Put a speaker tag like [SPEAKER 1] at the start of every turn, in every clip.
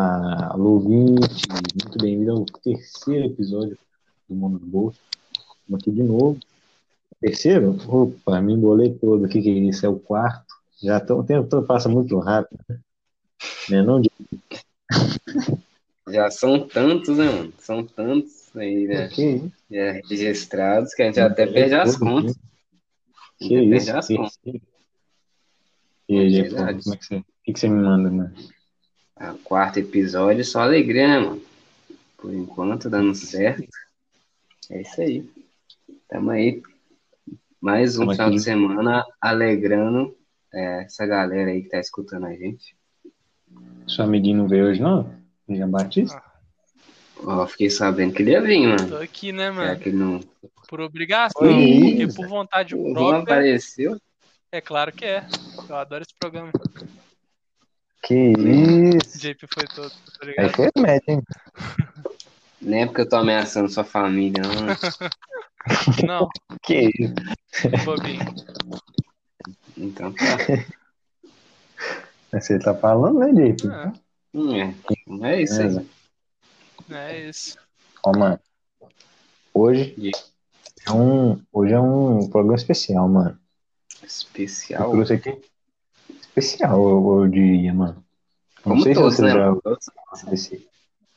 [SPEAKER 1] Alô, ouvinte, muito bem-vindo ao terceiro episódio do Mundo do Bolso. Estamos aqui de novo. Terceiro? Opa, me embolei todo. O que, que é isso? É o quarto. Já tô, o tempo todo passa muito rápido. né? Né, não, Diego?
[SPEAKER 2] Já são tantos, né, mano? São tantos aí, né?
[SPEAKER 1] Que isso? né?
[SPEAKER 2] Já registrados que a gente até perde as contas.
[SPEAKER 1] é Que
[SPEAKER 2] Até
[SPEAKER 1] isso?
[SPEAKER 2] já as
[SPEAKER 1] Que
[SPEAKER 2] contas.
[SPEAKER 1] isso? E aí, Diego,
[SPEAKER 2] Verdade.
[SPEAKER 1] como é que você, o que, que você me manda, né?
[SPEAKER 2] Ah, quarto episódio, só alegria, né, mano? Por enquanto, dando certo. É isso aí. Tamo aí. Mais um
[SPEAKER 1] Tamo
[SPEAKER 2] final
[SPEAKER 1] aqui.
[SPEAKER 2] de semana alegrando é, essa galera aí que tá escutando a gente.
[SPEAKER 1] Seu amiguinho não veio hoje, não? Jean Batista?
[SPEAKER 2] Ó, fiquei sabendo que ele ia vir,
[SPEAKER 3] Tô
[SPEAKER 2] mano.
[SPEAKER 3] aqui, né,
[SPEAKER 2] Será
[SPEAKER 3] mano?
[SPEAKER 2] que ele não,
[SPEAKER 1] É.
[SPEAKER 3] Por obrigação,
[SPEAKER 2] Oi,
[SPEAKER 3] porque
[SPEAKER 1] Isa.
[SPEAKER 3] por vontade
[SPEAKER 2] não
[SPEAKER 3] própria,
[SPEAKER 2] apareceu?
[SPEAKER 3] é claro que é. Eu adoro esse programa.
[SPEAKER 1] Que isso?
[SPEAKER 3] JP foi todo, tá
[SPEAKER 1] Aí
[SPEAKER 3] ligado?
[SPEAKER 1] foi médico, hein?
[SPEAKER 2] Não é porque eu tô ameaçando sua família, não. né?
[SPEAKER 1] É.
[SPEAKER 3] Não,
[SPEAKER 1] Que isso?
[SPEAKER 3] bobinho.
[SPEAKER 2] Então tá.
[SPEAKER 1] Você tá falando, né, Diego?
[SPEAKER 3] Ah,
[SPEAKER 2] Hum, é. É isso aí.
[SPEAKER 3] é isso.
[SPEAKER 1] Ó, mano. Hoje é um, hoje é um programa especial, mano. Eu
[SPEAKER 2] Especial.
[SPEAKER 1] trouxe aqui especial, eu, eu diria, mano. Não
[SPEAKER 2] Como
[SPEAKER 1] sei
[SPEAKER 2] todos,
[SPEAKER 1] se
[SPEAKER 2] né?
[SPEAKER 1] você já
[SPEAKER 2] mano? Todos.
[SPEAKER 1] ouviu esse-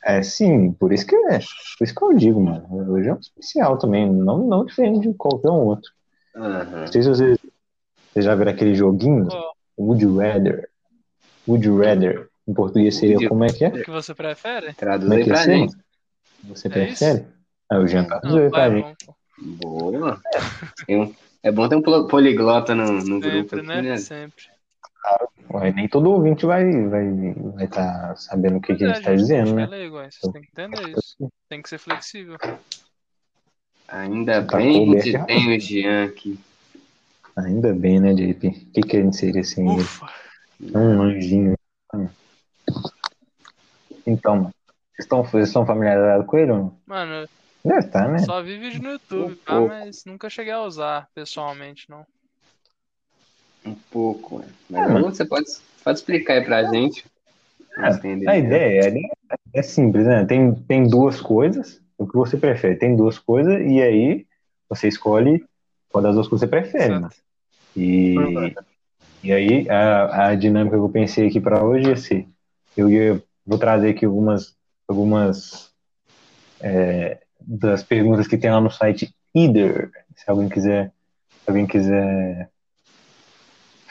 [SPEAKER 1] É, sim, por isso que é. Por isso que eu digo, mano. Hoje é um especial também, não, não diferente de qualquer um outro.
[SPEAKER 2] Aham.
[SPEAKER 1] Não sei se vocês, vocês já viram aquele joguinho,
[SPEAKER 3] Qual?
[SPEAKER 1] Would You Rather. Would You Rather, em português
[SPEAKER 2] Would
[SPEAKER 1] seria
[SPEAKER 2] you-
[SPEAKER 1] como é que é?
[SPEAKER 3] O que você prefere?
[SPEAKER 2] Traduz
[SPEAKER 1] Como é
[SPEAKER 2] aí
[SPEAKER 1] que
[SPEAKER 2] pra
[SPEAKER 1] é?
[SPEAKER 2] gente.
[SPEAKER 1] Você
[SPEAKER 3] É isso?
[SPEAKER 1] percebe? Ah, o Jean Carlos
[SPEAKER 3] Não,
[SPEAKER 1] veio pra
[SPEAKER 3] vai,
[SPEAKER 1] gente.
[SPEAKER 3] bom. pô.
[SPEAKER 2] Boa. É, um- é bom ter um pol- poliglota no, no grupo
[SPEAKER 3] Sempre,
[SPEAKER 2] aqui, né?
[SPEAKER 3] né? Sempre.
[SPEAKER 1] Ué, nem todo ouvinte vai estar vai, vai tá sabendo o que, que a gente está dizendo, né?
[SPEAKER 3] Falei, igual, vocês têm que entender isso. Tem que ser flexível.
[SPEAKER 2] Ainda
[SPEAKER 1] Tá
[SPEAKER 2] bem
[SPEAKER 1] coberto
[SPEAKER 2] que
[SPEAKER 1] errado.
[SPEAKER 2] tem o Jean aqui.
[SPEAKER 1] Ainda bem, né, JP? O que, que a gente seria sem ele?
[SPEAKER 3] Ufa,
[SPEAKER 1] Um anjinho. Hum. Então, mano, vocês estão, vocês estão familiarizados com ele ou não?
[SPEAKER 3] mano,
[SPEAKER 1] Deve estar, né?
[SPEAKER 3] eu só vi vídeo no YouTube, tá?
[SPEAKER 2] pouco.
[SPEAKER 3] Mas nunca cheguei a usar pessoalmente, não.
[SPEAKER 2] Um pouco, né? Mas
[SPEAKER 1] Ah, mano.
[SPEAKER 2] você pode, pode explicar aí pra gente. Pra entender.
[SPEAKER 1] A ideia, a ideia é simples, né? Tem, tem duas coisas, o que você prefere. Tem duas coisas, e aí você escolhe qual das duas coisas você prefere, É, né? mano.
[SPEAKER 3] Certo.
[SPEAKER 1] E, e aí, a, a dinâmica que eu pensei aqui para hoje é assim, eu ia- vou trazer aqui algumas, algumas é, das perguntas que tem lá no site Either, se alguém quiser, se alguém quiser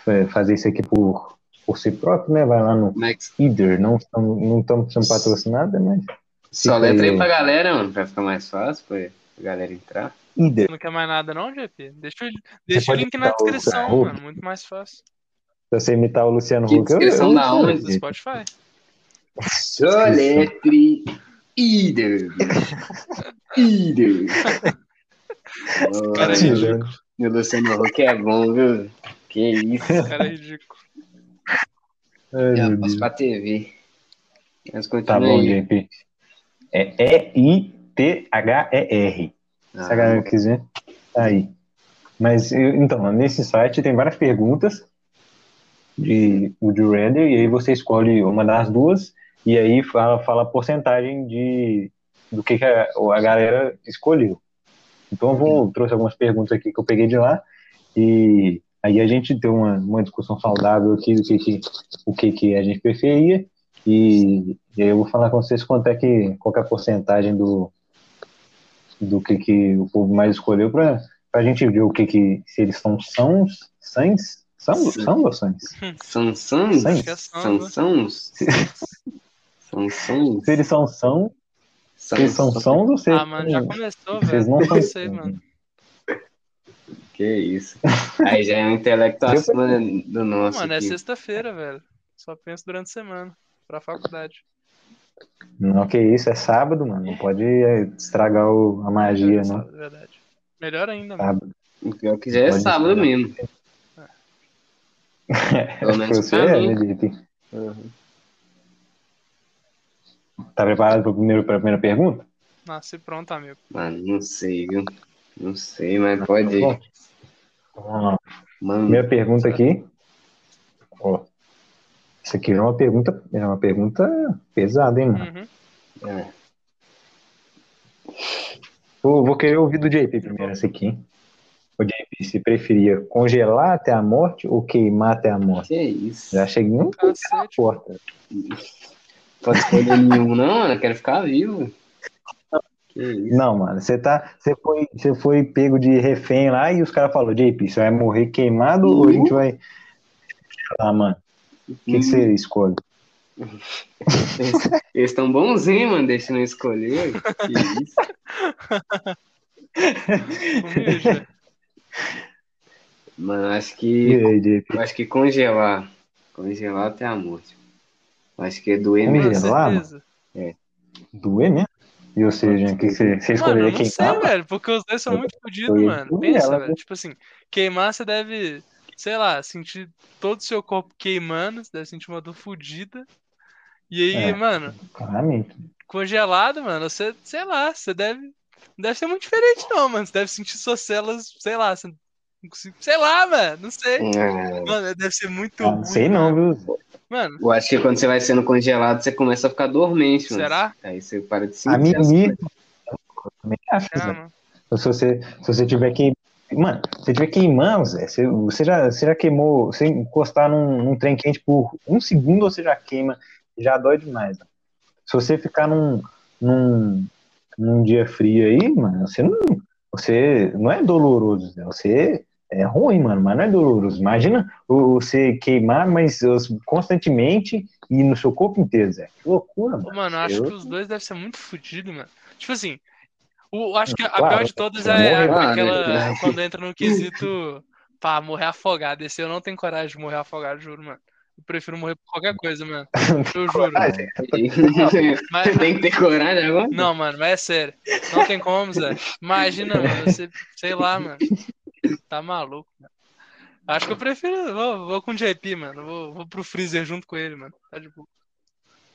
[SPEAKER 1] fa- fazer isso aqui por, por si próprio, né, vai lá no
[SPEAKER 2] Como é que...
[SPEAKER 1] Either, não estamos não tamo sendo patrocinados, né? mas
[SPEAKER 2] Só
[SPEAKER 1] Fica aí,
[SPEAKER 2] letra aí
[SPEAKER 1] ó.
[SPEAKER 2] pra galera, mano, pra ficar mais fácil pra pra galera entrar.
[SPEAKER 1] Either.
[SPEAKER 3] Não quer mais nada, não, JP? Deixa, o- deixa o
[SPEAKER 1] pode
[SPEAKER 3] link na
[SPEAKER 1] botar o
[SPEAKER 3] descrição,
[SPEAKER 1] Yahoo.
[SPEAKER 3] mano. Muito mais fácil.
[SPEAKER 1] Se você imitar o Luciano
[SPEAKER 2] Que
[SPEAKER 1] Huck, eu-
[SPEAKER 2] descrição
[SPEAKER 1] eu-
[SPEAKER 2] da
[SPEAKER 1] eu-
[SPEAKER 2] onde?
[SPEAKER 3] do Spotify.
[SPEAKER 2] Soletre Ider. Ider.
[SPEAKER 3] Cara, é
[SPEAKER 1] Sim,
[SPEAKER 3] ridículo.
[SPEAKER 1] né?
[SPEAKER 2] Meu Luciano Huck é bom, viu? Que isso.
[SPEAKER 3] O cara é ridículo.
[SPEAKER 1] Ai,
[SPEAKER 2] Já
[SPEAKER 1] É, meu Deus.
[SPEAKER 2] posso pra TV. Mas
[SPEAKER 1] Tá
[SPEAKER 2] continua
[SPEAKER 1] bom,
[SPEAKER 2] aí.
[SPEAKER 1] JP. É E-I-T-H-E-R.
[SPEAKER 2] Ah,
[SPEAKER 1] Se a galera quiser, tá aí. Mas, eu- então, nesse site tem várias perguntas de o de Render, e aí você escolhe uma das duas, e aí fala, fala a porcentagem de, do que, que a, a galera escolheu. Então, eu vou, trouxe algumas perguntas aqui que eu peguei de lá, e aí a gente tem uma, uma discussão saudável aqui do que, que, o que, que a gente preferia, e, e aí eu vou falar com vocês quanto é que, qual que é a porcentagem do, do que, que o povo mais escolheu para a gente ver o que, que se eles são sãos, sãs, são,
[SPEAKER 2] Sim.
[SPEAKER 1] são ou sãs?
[SPEAKER 2] Sansões?
[SPEAKER 1] Sim.
[SPEAKER 3] Acho que é Sam, né?
[SPEAKER 2] Sansões? Sansões?
[SPEAKER 1] Se eles são são,
[SPEAKER 2] Tá
[SPEAKER 1] se eles são são, você.
[SPEAKER 3] Ah, mano, já começou,
[SPEAKER 1] Vocês
[SPEAKER 3] velho.
[SPEAKER 1] não
[SPEAKER 3] Não
[SPEAKER 1] são-
[SPEAKER 3] sei, mano.
[SPEAKER 2] Que isso. Aí já é um intelecto
[SPEAKER 1] Eu-
[SPEAKER 2] acima do nosso.
[SPEAKER 3] Mano, é
[SPEAKER 2] aqui.
[SPEAKER 3] sexta-feira, velho. Só penso durante a semana. Pra faculdade.
[SPEAKER 1] Não, que isso, é sábado, mano. Não pode é, estragar o- a magia, não.
[SPEAKER 3] Sábado, Verdade. Melhor ainda, mano.
[SPEAKER 1] Sábado.
[SPEAKER 2] O pior que já é
[SPEAKER 1] Pode
[SPEAKER 2] sábado
[SPEAKER 1] ser.
[SPEAKER 2] mesmo. Pelo
[SPEAKER 1] Pra
[SPEAKER 2] menos
[SPEAKER 1] você,
[SPEAKER 2] pra
[SPEAKER 1] é,
[SPEAKER 2] mim. É.
[SPEAKER 1] né, Diego? Tá preparado para primeiro, pra primeira pergunta?
[SPEAKER 3] Nasci pronto, amigo.
[SPEAKER 2] Mano, não sei, viu? Não sei, mas pode
[SPEAKER 1] Bom,
[SPEAKER 2] ir.
[SPEAKER 1] vamos lá.
[SPEAKER 2] Mano,
[SPEAKER 1] Primeira pergunta aqui. Ó. Isso aqui é uma pergunta, é uma pergunta pesada, hein, mano?
[SPEAKER 3] Uhum.
[SPEAKER 2] É.
[SPEAKER 1] Vou, vou querer ouvir do JP primeiro essa aqui, hein? O JP se preferia congelar até a morte ou queimar até a morte?
[SPEAKER 2] Que isso?
[SPEAKER 1] Já cheguei um pouco na
[SPEAKER 3] Cacete.
[SPEAKER 1] porta.
[SPEAKER 2] Pode escolher nenhum, não, mano. Eu quero ficar vivo. Que isso?
[SPEAKER 1] Não, mano, você tá, você foi, você foi pego de refém lá e os caras falaram, JP, você vai morrer queimado ou a gente vai... Ah, mano, o que que você escolhe?
[SPEAKER 2] Eles estão bonzinhos, mano, deixando eu escolher. Que isso?
[SPEAKER 3] Humilde.
[SPEAKER 2] Mano, acho
[SPEAKER 1] E
[SPEAKER 2] que.
[SPEAKER 1] aí, JP?
[SPEAKER 2] Eu acho que congelar. Congelar até a morte. Eu acho que é doer
[SPEAKER 1] Congelar?
[SPEAKER 2] mesmo.
[SPEAKER 3] certeza.
[SPEAKER 1] Doer mesmo? E ou seja, o que que você, tá você
[SPEAKER 3] Mano, eu
[SPEAKER 1] escolheria
[SPEAKER 3] não sei,
[SPEAKER 1] queimar?
[SPEAKER 3] velho, porque os dois são muito fodidos,
[SPEAKER 1] Eu ia
[SPEAKER 3] mano.
[SPEAKER 1] com
[SPEAKER 3] Pensa,
[SPEAKER 1] ela,
[SPEAKER 3] velho.
[SPEAKER 1] né?
[SPEAKER 3] Tipo assim, queimar você deve, sei lá, sentir todo o seu corpo queimando, você deve sentir uma dor fodida. E aí,
[SPEAKER 1] É.
[SPEAKER 3] mano,
[SPEAKER 1] Claramente.
[SPEAKER 3] congelado, mano, você, sei lá, você deve. Não deve ser muito diferente, não, mano. Você deve sentir suas células, sei lá, você não consigo- sei lá, mano, não sei.
[SPEAKER 2] É,
[SPEAKER 3] Mano, deve ser muito
[SPEAKER 1] Ah, não
[SPEAKER 3] ruim,
[SPEAKER 1] sei não, viu?
[SPEAKER 3] Mano,
[SPEAKER 2] Eu acho que quando você vai sendo congelado, você começa a ficar dormente, mano.
[SPEAKER 3] será?
[SPEAKER 2] Aí você para de sentir.
[SPEAKER 1] A mim,
[SPEAKER 2] as coisas.
[SPEAKER 1] também acho,
[SPEAKER 3] Ah,
[SPEAKER 1] velho.
[SPEAKER 3] mano.
[SPEAKER 1] Se você, se você tiver que. Mano, se você tiver queimando, Zé, é, você, você, já, você já queimou, você encostar num, num trem quente por um segundo, você já queima, já dói demais. né? Se você ficar num, num, num dia frio aí, mano, você não, você não é doloroso, Zé, você é ruim, mano, mas não é doloroso. Imagina o- você queimar, mas os- constantemente e no seu corpo inteiro, Zé. Que loucura, mano.
[SPEAKER 3] Mano, eu acho
[SPEAKER 1] Eu-
[SPEAKER 3] que os dois devem ser muito fodidos, mano. Tipo assim, o, acho que a
[SPEAKER 1] Claro,
[SPEAKER 3] pior de todas
[SPEAKER 1] eu
[SPEAKER 3] é
[SPEAKER 1] morro
[SPEAKER 2] lá,
[SPEAKER 3] aquela
[SPEAKER 2] né?
[SPEAKER 3] quando entra no quesito pá, morrer afogado. Esse eu não tenho coragem de morrer afogado, juro, mano. Eu prefiro morrer por qualquer coisa, mano. Eu juro.
[SPEAKER 1] Ah,
[SPEAKER 3] Mas,
[SPEAKER 2] Tem que ter coragem agora?
[SPEAKER 3] não, mano, mas é sério. Não tem como, Zé. Imagina, mano, você, sei lá, mano. Tá maluco, mano. Acho que eu prefiro. Vou, vou com o JP, mano. Vou, vou pro freezer junto com ele, mano. Tá de boa.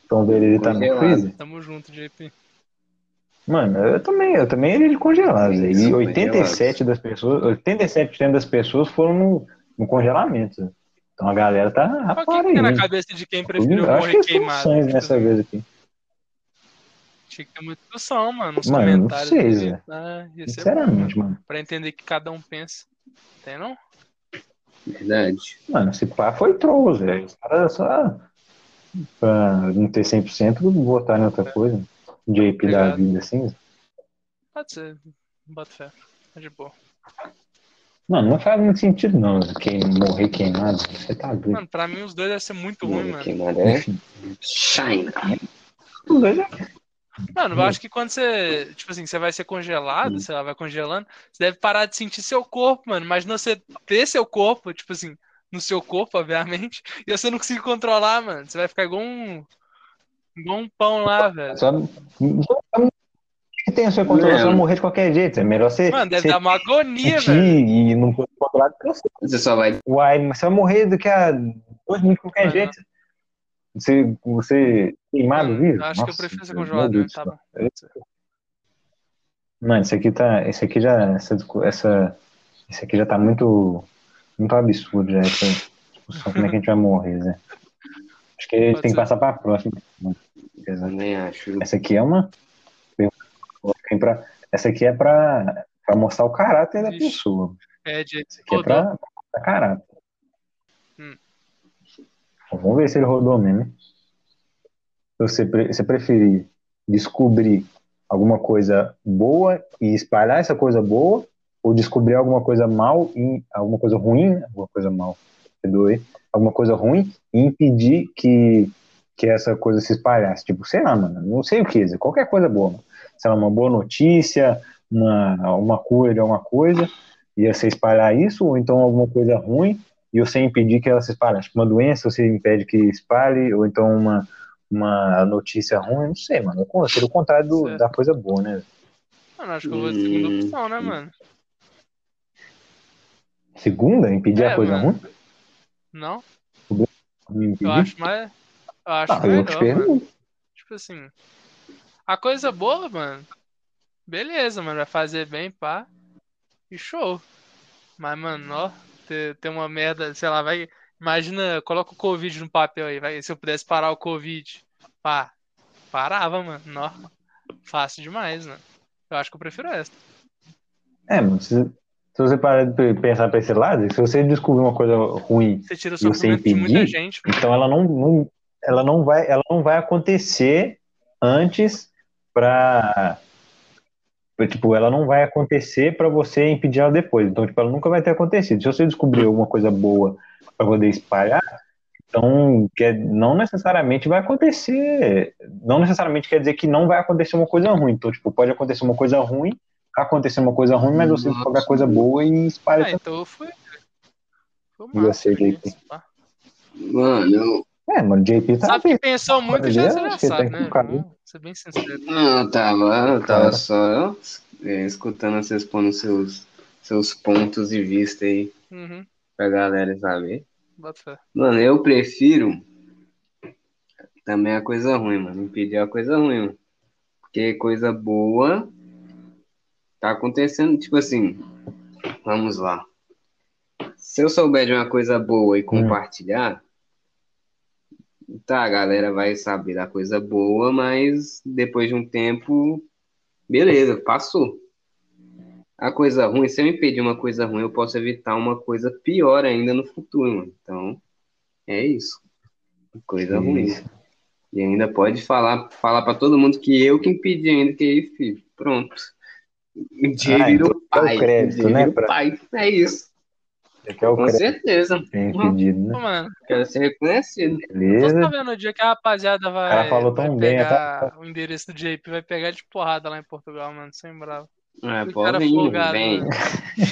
[SPEAKER 1] Então, ele tá no
[SPEAKER 2] Congelado.
[SPEAKER 1] freezer.
[SPEAKER 3] Tamo junto, JP.
[SPEAKER 1] Mano, eu também, eu também iria de congelado. Zé.
[SPEAKER 2] Isso,
[SPEAKER 1] E 87 das pessoas, 87% das pessoas foram no, no congelamento. Zé. Então a galera tá
[SPEAKER 3] Mas o que,
[SPEAKER 1] rapaz
[SPEAKER 3] que
[SPEAKER 1] aí.
[SPEAKER 3] tem na
[SPEAKER 1] né?
[SPEAKER 3] cabeça de quem preferiu
[SPEAKER 1] Eu Acho que
[SPEAKER 3] morrer
[SPEAKER 1] as
[SPEAKER 3] queimado?
[SPEAKER 1] soluções
[SPEAKER 3] Tipo
[SPEAKER 1] nessa
[SPEAKER 3] assim,
[SPEAKER 1] vez aqui.
[SPEAKER 3] Tinha que ter muita discussão, mano. Nos
[SPEAKER 1] Mano, não
[SPEAKER 3] comentários.
[SPEAKER 1] sei,
[SPEAKER 3] ali.
[SPEAKER 1] Zé.
[SPEAKER 3] Ah, ia ser bom, mano,
[SPEAKER 1] Sinceramente, mano.
[SPEAKER 3] pra entender o que cada um pensa. Tem não?
[SPEAKER 2] Verdade.
[SPEAKER 1] Mano, esse pá foi troll, Zé. Os caras só pra não ter 100% votaram em outra coisa. JP da
[SPEAKER 3] É. Obrigado.
[SPEAKER 1] vida, assim. Zé.
[SPEAKER 3] Pode ser. Bota fé. Tá de boa.
[SPEAKER 1] Mano, não faz muito sentido não, Zé. Quem morrer queimado, você tá doido.
[SPEAKER 3] Mano, pra mim os dois devem ser muito ruim, mano.
[SPEAKER 2] Queimada é.
[SPEAKER 1] Enfim.
[SPEAKER 2] China.
[SPEAKER 1] Os dois é-
[SPEAKER 3] Mano, eu acho que quando você, tipo assim, você vai ser congelado, sei lá, vai congelando, você deve parar de sentir seu corpo, mano. Imagina você ter seu corpo, tipo assim, no seu corpo, obviamente, e você não conseguir controlar, mano. Você vai ficar igual um. Igual um pão lá, velho.
[SPEAKER 1] Só o que tem a sua controle,
[SPEAKER 2] Não.
[SPEAKER 1] você vai morrer de qualquer jeito. É melhor você,
[SPEAKER 3] Mano, deve
[SPEAKER 1] você
[SPEAKER 3] dar uma agonia,
[SPEAKER 1] sentir
[SPEAKER 3] velho.
[SPEAKER 1] e não poder controlar do que você. é
[SPEAKER 2] Você só vai.
[SPEAKER 1] Uai, mas você vai morrer do que a dois minutos de qualquer
[SPEAKER 3] Mano.
[SPEAKER 1] jeito. Você, você queimado
[SPEAKER 3] Mano,
[SPEAKER 1] vivo?
[SPEAKER 3] Acho que Hum, eu
[SPEAKER 1] Nossa,
[SPEAKER 3] prefiro ser
[SPEAKER 1] meu
[SPEAKER 3] congelado,
[SPEAKER 1] Deus
[SPEAKER 3] mesmo,
[SPEAKER 1] do
[SPEAKER 3] tá
[SPEAKER 1] céu. É
[SPEAKER 3] bom.
[SPEAKER 1] Mano, isso aqui tá. Isso aqui já. Essa, discu- essa, isso aqui já tá muito. Muito absurdo já. Essa discussão, como é que a gente vai morrer, né? Acho que a gente tem
[SPEAKER 3] Pode
[SPEAKER 1] que
[SPEAKER 3] ser.
[SPEAKER 1] passar pra próxima. Beleza.
[SPEAKER 2] Nem acho.
[SPEAKER 1] Essa aqui é uma. tem pra- Essa aqui é pra, pra mostrar o caráter da
[SPEAKER 3] Ixi.
[SPEAKER 1] pessoa.
[SPEAKER 3] É, de...
[SPEAKER 1] Essa aqui é pra, pra mostrar caráter.
[SPEAKER 3] Hum.
[SPEAKER 1] Bom, Vamos ver se ele rodou mesmo. hein? Então, Você, pre- você preferir descobrir alguma coisa boa e espalhar essa coisa boa ou descobrir alguma coisa mal e alguma coisa ruim, né? alguma coisa mal, É perdoe, alguma coisa ruim e impedir que que essa coisa se espalhasse. Tipo, sei lá, mano, não sei o que, Zé, qualquer coisa boa. Mano. Sei lá, uma boa notícia, uma, uma cura de alguma coisa, e você espalhar isso, ou então alguma coisa ruim, e você impedir que ela se espalhasse. Tipo, uma doença, você impede que espalhe, ou então uma, uma notícia ruim, não sei, mano. Eu Seria o contrário do-
[SPEAKER 3] Certo.
[SPEAKER 1] da coisa boa, né?
[SPEAKER 3] Mano, acho que eu vou de segunda
[SPEAKER 2] Hum.
[SPEAKER 3] opção, né, mano?
[SPEAKER 1] Segunda, impedir
[SPEAKER 3] É,
[SPEAKER 1] a coisa
[SPEAKER 3] mano.
[SPEAKER 1] ruim?
[SPEAKER 3] Não?
[SPEAKER 1] Me impedir?
[SPEAKER 3] Eu acho mais. Eu acho
[SPEAKER 1] Uhum. Ah, eu te
[SPEAKER 3] melhor, mano.
[SPEAKER 1] pergunto.
[SPEAKER 3] Tipo assim. A coisa boa, mano. Beleza, mano. Vai fazer bem, pá. E show. Mas, mano, ó. Ter, ter uma merda, sei lá, vai Imagina, coloca o Covid no papel aí, vai. Se eu pudesse parar o Covid, pá, parava, mano. Nó, fácil demais, né? Eu acho que eu prefiro essa.
[SPEAKER 1] É, mano, se, se você parar de pensar pra esse lado, se você descobrir uma coisa ruim,
[SPEAKER 3] Você tira o
[SPEAKER 1] Você
[SPEAKER 3] sofrimento de muita
[SPEAKER 1] impedir?
[SPEAKER 3] gente.
[SPEAKER 1] então ela não, não- ela não vai, ela não vai acontecer antes pra pra, tipo, ela não vai acontecer pra você impedir ela depois. Então, tipo, ela nunca vai ter acontecido. Se você descobrir alguma coisa boa pra poder espalhar, então quer, não necessariamente vai acontecer. Não necessariamente quer dizer que não vai acontecer uma coisa ruim. Então, tipo, pode acontecer uma coisa ruim, acontecer uma coisa ruim, mas você descobre a coisa boa e espalha
[SPEAKER 3] Ah, então foi. Foi
[SPEAKER 1] E você,
[SPEAKER 3] massa,
[SPEAKER 1] JP?
[SPEAKER 3] isso, pá.
[SPEAKER 2] Mano, eu...
[SPEAKER 1] É, mano, o JP tá.
[SPEAKER 3] Sabe que pensou muito, já, você
[SPEAKER 1] Olha,
[SPEAKER 3] já
[SPEAKER 1] acho que
[SPEAKER 3] sabe,
[SPEAKER 1] tem
[SPEAKER 3] né?
[SPEAKER 1] um cara.
[SPEAKER 3] Vamos ser bem sincero.
[SPEAKER 2] não, eu tava, eu tava
[SPEAKER 1] Cara.
[SPEAKER 2] só é, escutando vocês pondo seus, seus pontos de vista aí
[SPEAKER 3] Uhum,
[SPEAKER 2] pra galera saber.
[SPEAKER 3] bota fé.
[SPEAKER 2] Mano, eu prefiro também a coisa ruim, mano. Impedir a coisa ruim, mano. Porque coisa boa tá acontecendo, tipo assim, vamos lá. Se eu souber de uma coisa boa e compartilhar, tá, a galera vai saber da coisa boa, mas depois de um tempo, beleza, passou. A coisa ruim, se eu impedir uma coisa ruim, eu posso evitar uma coisa pior ainda no futuro, mano. Então, é isso. Coisa
[SPEAKER 1] Isso.
[SPEAKER 2] ruim. E ainda pode falar, falar para todo mundo que eu que impedi ainda, que aí, filho, pronto. O dia
[SPEAKER 1] Ah,
[SPEAKER 2] virou
[SPEAKER 1] dá o
[SPEAKER 2] pai.
[SPEAKER 1] crédito,
[SPEAKER 2] dia
[SPEAKER 1] né,
[SPEAKER 2] virou
[SPEAKER 1] pra-
[SPEAKER 2] pai. É isso.
[SPEAKER 1] Que é o
[SPEAKER 2] Com
[SPEAKER 1] crédito
[SPEAKER 2] certeza.
[SPEAKER 1] que tem pedido, né?
[SPEAKER 3] Ô, mano,
[SPEAKER 2] Quero ser reconhecido.
[SPEAKER 3] tô
[SPEAKER 1] Beleza.
[SPEAKER 3] sabendo o dia que a rapaziada vai,
[SPEAKER 1] cara falou
[SPEAKER 3] vai
[SPEAKER 1] tão bem,
[SPEAKER 3] pegar o endereço do JP, vai pegar de porrada lá em Portugal, mano, sem bravo.
[SPEAKER 2] Ah,
[SPEAKER 3] O
[SPEAKER 2] pô,
[SPEAKER 3] cara
[SPEAKER 2] vem,
[SPEAKER 3] folgado,
[SPEAKER 2] vem.
[SPEAKER 3] né?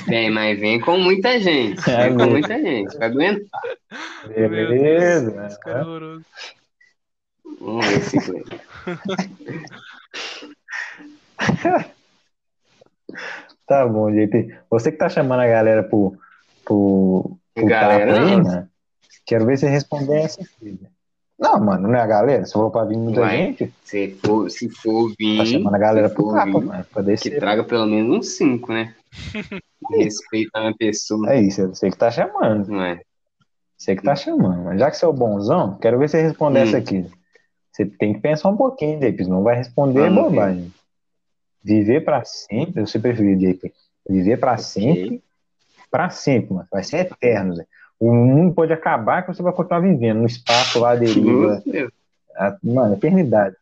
[SPEAKER 2] Vem, mas vem com muita gente.
[SPEAKER 1] É
[SPEAKER 2] Vem com
[SPEAKER 1] mesmo.
[SPEAKER 2] muita gente. Tá aguentando?
[SPEAKER 3] Meu
[SPEAKER 1] Beleza. né?
[SPEAKER 3] Deus, Esse cara é horroroso.
[SPEAKER 2] Vamos ver se aguenta.
[SPEAKER 1] Tá bom, JP. Você que tá chamando a galera pro, pro, pro
[SPEAKER 2] Galera,
[SPEAKER 1] papo aí,
[SPEAKER 2] não.
[SPEAKER 1] mano, quero ver você responder essa filha. Não, mano, não é a galera. Se for pra vir muita
[SPEAKER 2] Vai.
[SPEAKER 1] gente,
[SPEAKER 2] Se for, se for vir,
[SPEAKER 1] tá chamando a galera
[SPEAKER 2] se
[SPEAKER 1] pro
[SPEAKER 2] for
[SPEAKER 1] papo,
[SPEAKER 2] vir,
[SPEAKER 1] mano. Pra
[SPEAKER 2] que
[SPEAKER 1] descer.
[SPEAKER 2] traga pelo menos uns cinco, né? Respeita a minha pessoa,
[SPEAKER 1] É isso, é você que tá chamando.
[SPEAKER 2] não é?
[SPEAKER 1] Você que tá chamando. Mas já que você é o bonzão, quero ver você responder
[SPEAKER 2] Hum.
[SPEAKER 1] essa aqui. Você tem que pensar um pouquinho, JP. Não vai responder
[SPEAKER 2] Vamos ver.
[SPEAKER 1] bobagem. Viver pra sempre, você preferiu, JP. Viver pra sempre Pra sempre, mano. Vai ser eterno, Zé. O mundo pode acabar que você vai continuar vivendo no espaço lá de
[SPEAKER 2] Meu Deus.
[SPEAKER 1] a, mano, eternidade.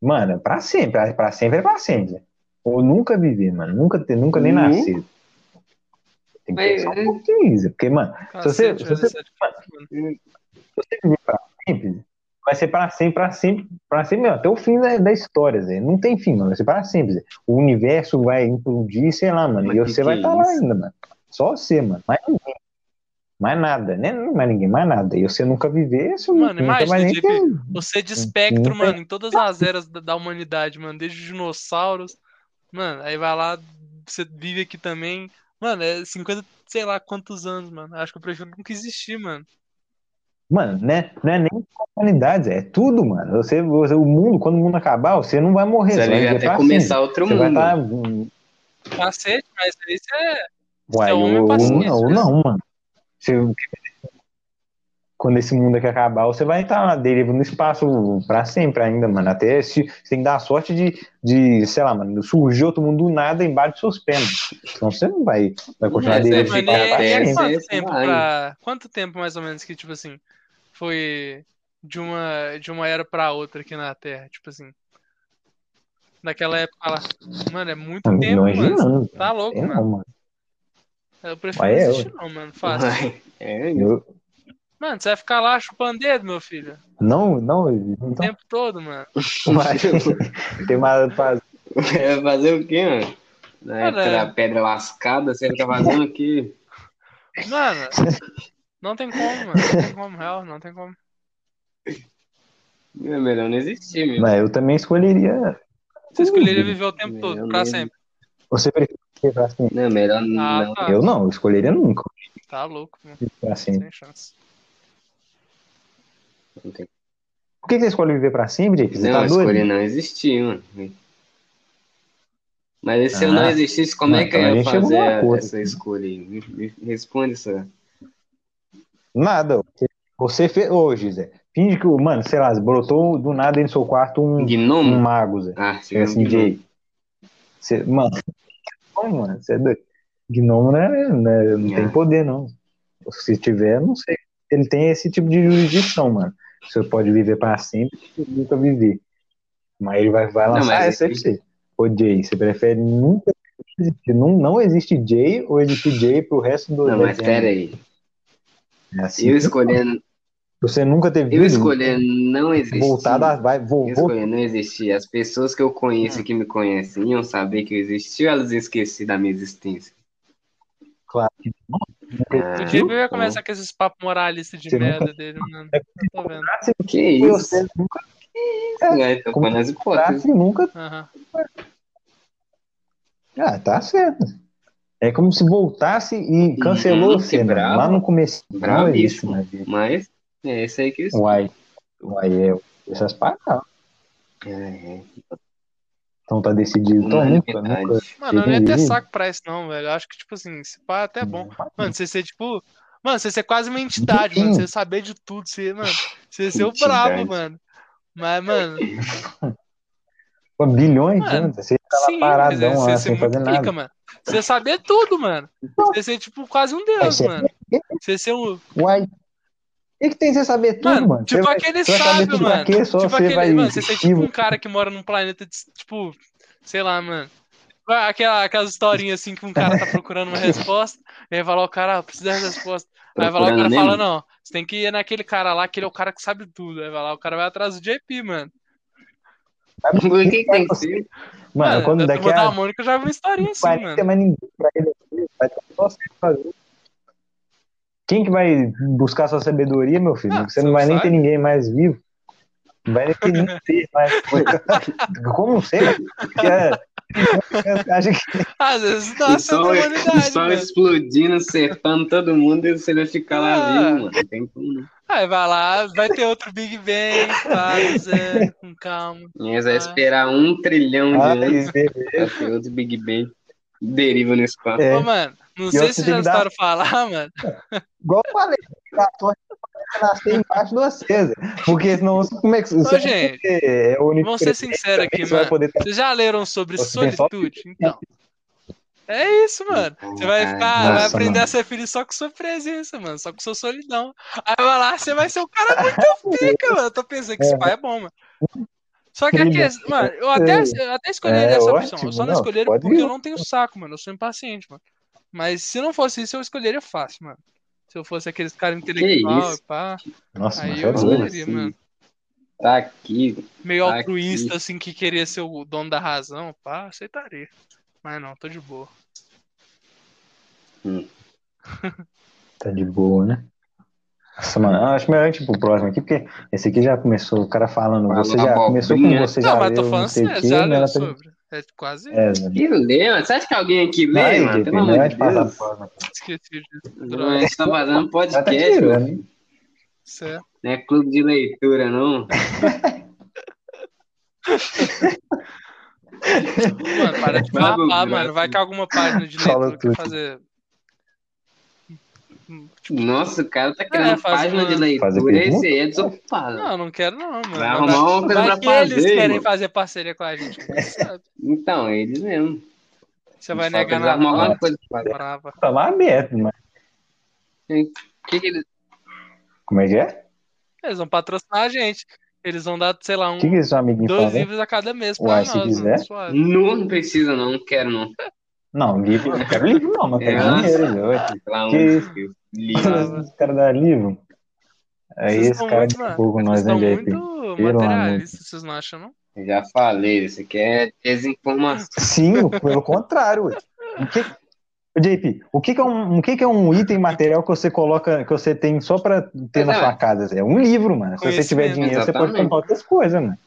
[SPEAKER 1] Mano, pra sempre, pra sempre é pra sempre. Zé. Ou nunca viver, mano. Nunca ter, nunca nem
[SPEAKER 2] Uhum.
[SPEAKER 1] nascido. Tem que
[SPEAKER 2] Mas- é
[SPEAKER 1] pensar um pouquinho, Zé. Porque, mano, você-
[SPEAKER 3] Cacete,
[SPEAKER 1] se você-
[SPEAKER 3] 17 pontos, mano.
[SPEAKER 1] você viver pra sempre, Zé, vai ser pra sempre, pra sempre, pra sempre, mesmo, até o fim da, da história, Zé. Não tem fim, mano. Vai ser pra sempre, Zé. O universo vai implodir, sei lá, mano.
[SPEAKER 2] Mas
[SPEAKER 1] e
[SPEAKER 2] que
[SPEAKER 1] você
[SPEAKER 2] que
[SPEAKER 1] vai
[SPEAKER 2] é
[SPEAKER 1] estar lá
[SPEAKER 2] isso?
[SPEAKER 1] ainda, mano. Só você, mano. Mais ninguém. Mais nada, né? Não mais ninguém, mais nada. E você nunca viver, você
[SPEAKER 3] Mano,
[SPEAKER 1] nunca vai
[SPEAKER 3] imagina,
[SPEAKER 1] nem
[SPEAKER 3] JP,
[SPEAKER 1] ter.
[SPEAKER 3] Você é de
[SPEAKER 1] Não
[SPEAKER 3] espectro,
[SPEAKER 1] tem-
[SPEAKER 3] mano, em todas as eras da- da humanidade, mano, desde os dinossauros. Mano, aí vai lá, você vive aqui também. Mano, é 50, sei lá quantos anos, mano. Acho que eu prefiro nunca existir, mano.
[SPEAKER 1] Mano, né? Não é nem humanidade, Zé. é tudo, mano. Você, você, o mundo, quando o mundo acabar, você não vai morrer.
[SPEAKER 2] Você vai viver
[SPEAKER 1] viver
[SPEAKER 2] até
[SPEAKER 1] pra
[SPEAKER 2] começar
[SPEAKER 1] sempre.
[SPEAKER 2] outro
[SPEAKER 1] Você
[SPEAKER 2] mundo.
[SPEAKER 1] vai estar. Tá,
[SPEAKER 3] Cacete, mas isso é.
[SPEAKER 1] uai,
[SPEAKER 3] é um homem
[SPEAKER 1] ou, ou
[SPEAKER 3] paciente,
[SPEAKER 1] não, ou
[SPEAKER 3] né?
[SPEAKER 1] não, mano. Você, quando esse mundo aqui acabar, você vai estar na deriva no espaço pra sempre ainda, mano. Até se, você tem que dar a sorte de, de, sei lá, mano, surgir outro mundo do nada embaixo dos seus pés. mano. Senão você não vai, vai continuar
[SPEAKER 2] Mas
[SPEAKER 1] dele
[SPEAKER 2] é,
[SPEAKER 1] derivando.
[SPEAKER 2] mas
[SPEAKER 3] Mano,
[SPEAKER 1] pra
[SPEAKER 3] é, é
[SPEAKER 1] sempre.
[SPEAKER 2] Esse-
[SPEAKER 3] quanto
[SPEAKER 2] esse
[SPEAKER 3] tempo
[SPEAKER 2] vai.
[SPEAKER 3] pra. Quanto tempo mais ou menos que, tipo assim, foi de uma, de uma era pra outra aqui na Terra? Tipo assim. Naquela época lá. Mano, é muito tempo,
[SPEAKER 1] Milhões de
[SPEAKER 3] mano.
[SPEAKER 1] anos.
[SPEAKER 3] Tá louco,
[SPEAKER 1] É,
[SPEAKER 3] mano.
[SPEAKER 1] não, mano.
[SPEAKER 3] Eu prefiro
[SPEAKER 1] Ué,
[SPEAKER 3] não
[SPEAKER 1] é,
[SPEAKER 3] existir, não, mano. Fácil.
[SPEAKER 2] Vai. É,
[SPEAKER 1] Eu-
[SPEAKER 3] Mano, você vai ficar lá chupando dedo, meu filho.
[SPEAKER 1] não, não, não
[SPEAKER 3] O tempo todo, mano.
[SPEAKER 1] Vai. Tem mais pra-
[SPEAKER 2] vai fazer o quê, mano? Na
[SPEAKER 3] Cara,
[SPEAKER 2] época da pedra lascada, você fica fazendo o quê?
[SPEAKER 3] Mano, não tem como, mano. Não tem como, real, não tem como.
[SPEAKER 2] É melhor não existir, meu.
[SPEAKER 1] Mas eu também escolheria.
[SPEAKER 3] Você escolheria viver o tempo
[SPEAKER 2] Eu
[SPEAKER 3] todo,
[SPEAKER 2] mesmo.
[SPEAKER 3] pra sempre.
[SPEAKER 1] Você prefere viver pra sempre?
[SPEAKER 2] Não, melhor não.
[SPEAKER 3] Ah, tá.
[SPEAKER 1] Eu não, eu escolheria nunca
[SPEAKER 3] Tá louco, mano.
[SPEAKER 1] viver pra sempre.
[SPEAKER 3] Sem chance.
[SPEAKER 2] Não, tem-
[SPEAKER 1] Por que que você escolhe viver pra sempre, Jake? Você
[SPEAKER 2] não
[SPEAKER 1] tá
[SPEAKER 2] eu
[SPEAKER 1] doido?
[SPEAKER 2] escolhi não existir, mano. Mas e se eu não
[SPEAKER 1] Ah.
[SPEAKER 2] existisse, como
[SPEAKER 1] Ah,
[SPEAKER 2] é que
[SPEAKER 1] então a
[SPEAKER 2] eu ia
[SPEAKER 1] gente chegou
[SPEAKER 2] fazer
[SPEAKER 1] num acordo.
[SPEAKER 2] essa escolha aí? Me, me responde essa.
[SPEAKER 1] Nada. Você- Você fez. Ô, Gisé, finge que, o- mano, sei lá, brotou do nada em seu quarto um, um
[SPEAKER 2] Gnomo?
[SPEAKER 1] mago, Zé.
[SPEAKER 2] Ah,
[SPEAKER 1] Chega assim,
[SPEAKER 2] gnomo.
[SPEAKER 1] Jay. Você, mano, como, mano? Você é doido. Gnomo não, é, não, é- não
[SPEAKER 2] É.
[SPEAKER 1] tem poder, não. Se tiver, não sei. Ele tem esse tipo de jurisdição, mano. Você pode viver pra sempre, você nunca viver. Mas ele vai, vai
[SPEAKER 2] Não,
[SPEAKER 1] lançar
[SPEAKER 2] mas
[SPEAKER 1] essa aí pra
[SPEAKER 2] ele-
[SPEAKER 1] você. Ô, Jay, você prefere nunca existir? Não, não existe Jay ou existe Jay pro resto do
[SPEAKER 2] Não, mas
[SPEAKER 1] desenho?
[SPEAKER 2] pera aí.
[SPEAKER 1] É assim.
[SPEAKER 2] Eu escolhendo,
[SPEAKER 1] Você nunca teve
[SPEAKER 2] eu escolhendo não existir.
[SPEAKER 1] voltado a. Vai, vou,
[SPEAKER 2] Eu
[SPEAKER 1] vou,
[SPEAKER 2] escolhi não existir. As pessoas que eu
[SPEAKER 3] Ah.
[SPEAKER 2] conheço e que me conhecem iam saber que eu existi ou elas iam esquecer da minha existência?
[SPEAKER 1] claro que não.
[SPEAKER 2] Ah,
[SPEAKER 3] O Jimmy
[SPEAKER 2] bom.
[SPEAKER 3] vai tipo, começar com esses papos moralistas de
[SPEAKER 1] É. Você nunca- É
[SPEAKER 3] merda dele, mano. Tô vendo.
[SPEAKER 2] Que
[SPEAKER 1] Você
[SPEAKER 2] isso?
[SPEAKER 1] nunca,
[SPEAKER 2] É, Tô
[SPEAKER 1] Como tá?
[SPEAKER 2] pondo as hipóteses.
[SPEAKER 1] você nunca
[SPEAKER 3] Aham.
[SPEAKER 1] Ah, tá certo. É como se voltasse e cancelou
[SPEAKER 2] Uhum,
[SPEAKER 1] a cena.
[SPEAKER 2] que bravo.
[SPEAKER 1] Lá no começo. Não é isso, mas...
[SPEAKER 2] Bravíssimo. Mas é isso aí que eu escolhi.
[SPEAKER 1] Uai. Uai, é. Essas paradas.
[SPEAKER 2] É, é.
[SPEAKER 1] Então tá decidido. Então nunca,
[SPEAKER 2] Unanimidade.
[SPEAKER 1] nunca.
[SPEAKER 3] Mano, eu não ia ter
[SPEAKER 1] Entendi.
[SPEAKER 3] saco pra isso, não, velho. Eu acho que, tipo assim, se pá, até é bom. Mano, você ser, tipo. Mano, você ser quase uma entidade, mano. Você saber de tudo. Você, mano, você ser o
[SPEAKER 2] Entidade.
[SPEAKER 3] brabo, mano. Mas, mano,
[SPEAKER 1] Pô, bilhões de
[SPEAKER 3] Mano,
[SPEAKER 1] anos. Você tá lá
[SPEAKER 3] sim, mas
[SPEAKER 1] paradão
[SPEAKER 3] você
[SPEAKER 1] lá
[SPEAKER 3] se
[SPEAKER 1] sem fazer
[SPEAKER 3] multiplica,
[SPEAKER 1] nada. Então,
[SPEAKER 3] mano. Você saber tudo, mano. Você ser, tipo, quase um deus,
[SPEAKER 1] Mas você- é
[SPEAKER 3] mano. Você ser um.
[SPEAKER 1] Uai. O que, que tem você saber tudo,
[SPEAKER 3] Mano,
[SPEAKER 1] mano?
[SPEAKER 3] tipo
[SPEAKER 1] Você vai-
[SPEAKER 3] aquele
[SPEAKER 1] você vai saber
[SPEAKER 3] sábio,
[SPEAKER 1] tudo pra
[SPEAKER 3] mano.
[SPEAKER 1] quê? Só
[SPEAKER 3] tipo
[SPEAKER 1] você
[SPEAKER 3] aquele.
[SPEAKER 1] vai
[SPEAKER 3] mano, você ser tipo
[SPEAKER 1] vivo.
[SPEAKER 3] um cara que mora num planeta de. Tipo, sei lá, mano. Aquela, aquelas historinhas assim que um cara tá procurando uma resposta, e aí vai lá o cara, ah, precisa da resposta. Aí vai lá o
[SPEAKER 2] Procurando
[SPEAKER 3] cara
[SPEAKER 2] meme?
[SPEAKER 3] fala, não, você tem que ir naquele cara lá, que ele é o cara que sabe tudo. Aí vai lá, o cara vai atrás do JP, mano.
[SPEAKER 2] Por que, que tem que ser?
[SPEAKER 1] Mano, quando
[SPEAKER 3] eu
[SPEAKER 1] daqui
[SPEAKER 3] vou dar
[SPEAKER 1] a
[SPEAKER 3] uma Mônica, eu já vi uma historinha assim,
[SPEAKER 1] Vai ter
[SPEAKER 3] mano.
[SPEAKER 1] mais ninguém pra ele. aqui, Vai ter só você pra fazer. Quem que vai buscar sua sabedoria, meu filho?
[SPEAKER 3] Ah,
[SPEAKER 1] você não
[SPEAKER 3] você
[SPEAKER 1] vai
[SPEAKER 3] não
[SPEAKER 1] nem
[SPEAKER 3] sabe.
[SPEAKER 1] ter ninguém mais vivo. Não vai nem ter ninguém mais. Como não sei? Porque é- Acho que
[SPEAKER 3] Às vezes dá
[SPEAKER 2] O
[SPEAKER 3] essa
[SPEAKER 2] sol, o
[SPEAKER 3] humanidade,
[SPEAKER 2] sol
[SPEAKER 3] mano.
[SPEAKER 2] explodindo, cercando todo mundo e você vai ficar lá
[SPEAKER 3] Ah.
[SPEAKER 2] vivo, mano. Não tem como, não.
[SPEAKER 3] Aí vai lá, vai ter outro Big Bang, faz, é, com calma.
[SPEAKER 2] Mas vai esperar um trilhão de
[SPEAKER 1] Ai,
[SPEAKER 2] anos
[SPEAKER 1] beleza.
[SPEAKER 2] pra ter outro Big Bang deriva no espaço.
[SPEAKER 1] né? É.
[SPEAKER 3] Ô, mano, não
[SPEAKER 1] E
[SPEAKER 3] sei
[SPEAKER 1] outro
[SPEAKER 3] se
[SPEAKER 1] tem
[SPEAKER 3] já
[SPEAKER 1] que dar-
[SPEAKER 3] escutaram falar, mano.
[SPEAKER 1] igual eu falei, a torre vai nascer embaixo do acesa. Porque senão você- como é que você
[SPEAKER 3] gente,
[SPEAKER 1] é o único
[SPEAKER 3] Vamos ser sinceros aqui,
[SPEAKER 1] você vai
[SPEAKER 3] mano.
[SPEAKER 1] poder
[SPEAKER 3] Vocês já leram sobre
[SPEAKER 1] Você tem só-
[SPEAKER 3] solitude? Então. É isso, mano. Você vai ficar,
[SPEAKER 1] Ah, Nossa,
[SPEAKER 3] vai aprender
[SPEAKER 1] mano.
[SPEAKER 3] a ser feliz só com sua presença, mano. Só com sua solidão. Aí vai lá, você vai ser um cara muito pica, mano. Eu tô pensando que esse pai é bom, mano. Só que a
[SPEAKER 1] Trilha.
[SPEAKER 3] questão, mano, eu até, eu até escolheria
[SPEAKER 1] É,
[SPEAKER 3] essa
[SPEAKER 1] ótimo,
[SPEAKER 3] opção. Eu só não,
[SPEAKER 1] não,
[SPEAKER 3] escolheria
[SPEAKER 1] pode
[SPEAKER 3] porque
[SPEAKER 1] ir.
[SPEAKER 3] eu não tenho saco, mano. Eu sou impaciente, mano. Mas se não fosse isso, eu escolheria fácil, mano. Se eu fosse aqueles caras intelectual,
[SPEAKER 2] isso?
[SPEAKER 3] e pá,
[SPEAKER 1] Nossa,
[SPEAKER 3] aí
[SPEAKER 1] mas
[SPEAKER 3] eu
[SPEAKER 1] é doido.
[SPEAKER 3] escolheria,
[SPEAKER 2] Assim,
[SPEAKER 3] mano.
[SPEAKER 2] Tá aqui.
[SPEAKER 3] meio
[SPEAKER 2] Tá
[SPEAKER 3] altruísta, assim, que queria ser o dono da razão, pá, aceitaria. Mas não, tô de boa.
[SPEAKER 1] Tá de boa, né? Nossa, mano, eu acho melhor a gente ir pro próximo aqui, porque esse aqui já começou, o cara falando,
[SPEAKER 2] Fala
[SPEAKER 1] você já
[SPEAKER 2] abobrinha.
[SPEAKER 1] começou com você já
[SPEAKER 3] não, mas
[SPEAKER 1] leu,
[SPEAKER 3] tô
[SPEAKER 1] não
[SPEAKER 3] falando
[SPEAKER 1] sei o
[SPEAKER 3] sério,
[SPEAKER 1] quê,
[SPEAKER 3] já
[SPEAKER 1] né?
[SPEAKER 3] leu
[SPEAKER 1] Ela tá-
[SPEAKER 3] sobre. É quase
[SPEAKER 1] É, né? tipo,
[SPEAKER 2] Que lê, mano. Você acha que alguém aqui
[SPEAKER 1] Não, é
[SPEAKER 2] lê, mano?
[SPEAKER 1] JP,
[SPEAKER 2] Pelo
[SPEAKER 1] melhor
[SPEAKER 2] amor
[SPEAKER 1] a
[SPEAKER 2] de
[SPEAKER 1] gente passar pro
[SPEAKER 2] Deus.
[SPEAKER 1] próximo aqui.
[SPEAKER 3] esqueci disso.
[SPEAKER 2] Não, a gente tá fazendo
[SPEAKER 1] Ela tá
[SPEAKER 2] podcast, mano.
[SPEAKER 1] tirando, hein?
[SPEAKER 3] Certo.
[SPEAKER 2] Não é clube de leitura, não.
[SPEAKER 3] Mano, para de
[SPEAKER 2] Fala,
[SPEAKER 3] papar,
[SPEAKER 2] Bruno.
[SPEAKER 3] mano. Vai que alguma página de
[SPEAKER 1] Fala
[SPEAKER 3] leitura quer
[SPEAKER 1] tudo.
[SPEAKER 3] fazer.
[SPEAKER 2] Nossa, o cara tá criando
[SPEAKER 3] É, faz
[SPEAKER 2] página
[SPEAKER 3] uma-
[SPEAKER 2] de
[SPEAKER 1] Fazer
[SPEAKER 2] leitura e
[SPEAKER 1] pergunta?
[SPEAKER 2] esse aí é desocupado.
[SPEAKER 3] Não, não quero não, mano.
[SPEAKER 2] Vai
[SPEAKER 3] Mas
[SPEAKER 2] arrumar uma coisa
[SPEAKER 3] vai
[SPEAKER 2] pra
[SPEAKER 3] que eles
[SPEAKER 2] fazer,
[SPEAKER 3] querem
[SPEAKER 2] mano.
[SPEAKER 3] fazer parceria com a gente, quem sabe?
[SPEAKER 2] Então, eles mesmo.
[SPEAKER 3] Você vai
[SPEAKER 2] Só
[SPEAKER 3] negar
[SPEAKER 2] eles
[SPEAKER 3] na
[SPEAKER 2] arrumam
[SPEAKER 3] hora,
[SPEAKER 2] alguma coisa pra fazer.
[SPEAKER 3] brava.
[SPEAKER 1] Tá lá aberto, mas
[SPEAKER 2] O que que eles...
[SPEAKER 1] como é que é?
[SPEAKER 3] Eles vão patrocinar a gente. Eles vão dar, sei lá, um,
[SPEAKER 1] O que que esse seu amiguinho
[SPEAKER 3] dois
[SPEAKER 1] falou?
[SPEAKER 3] livros a cada mês pra
[SPEAKER 1] Uai,
[SPEAKER 3] nós,
[SPEAKER 1] se quiser.
[SPEAKER 3] mano. Suave.
[SPEAKER 2] Não, não precisa, não. Não quero, não.
[SPEAKER 1] Não, livro, não quero livro não, mas quero
[SPEAKER 2] É.
[SPEAKER 1] dinheiro, meu. ué.
[SPEAKER 2] Lá um...
[SPEAKER 1] Que isso?
[SPEAKER 2] livro.
[SPEAKER 1] Os caras dão livro. Aí
[SPEAKER 3] Vocês
[SPEAKER 1] esse
[SPEAKER 3] são
[SPEAKER 1] cara
[SPEAKER 3] muito,
[SPEAKER 1] de
[SPEAKER 3] mano.
[SPEAKER 1] fogo nós,
[SPEAKER 3] Vocês
[SPEAKER 1] né,
[SPEAKER 3] estão
[SPEAKER 1] JP?
[SPEAKER 3] muito
[SPEAKER 1] Pelo amor.
[SPEAKER 3] materialistas, vocês não acham, não?
[SPEAKER 2] Já falei, isso aqui é desinformação.
[SPEAKER 1] Sim, pelo contrário. ué. O que, Ô, JP, o que, que é um, o que, que é um item material que você coloca, que você tem só pra ter na
[SPEAKER 2] Pois é,
[SPEAKER 1] sua
[SPEAKER 2] ué.
[SPEAKER 1] casa? Zé? É um livro, mano. Se você
[SPEAKER 3] Conhecimento,
[SPEAKER 1] tiver dinheiro, você pode
[SPEAKER 2] exatamente.
[SPEAKER 1] comprar outras coisas, mano.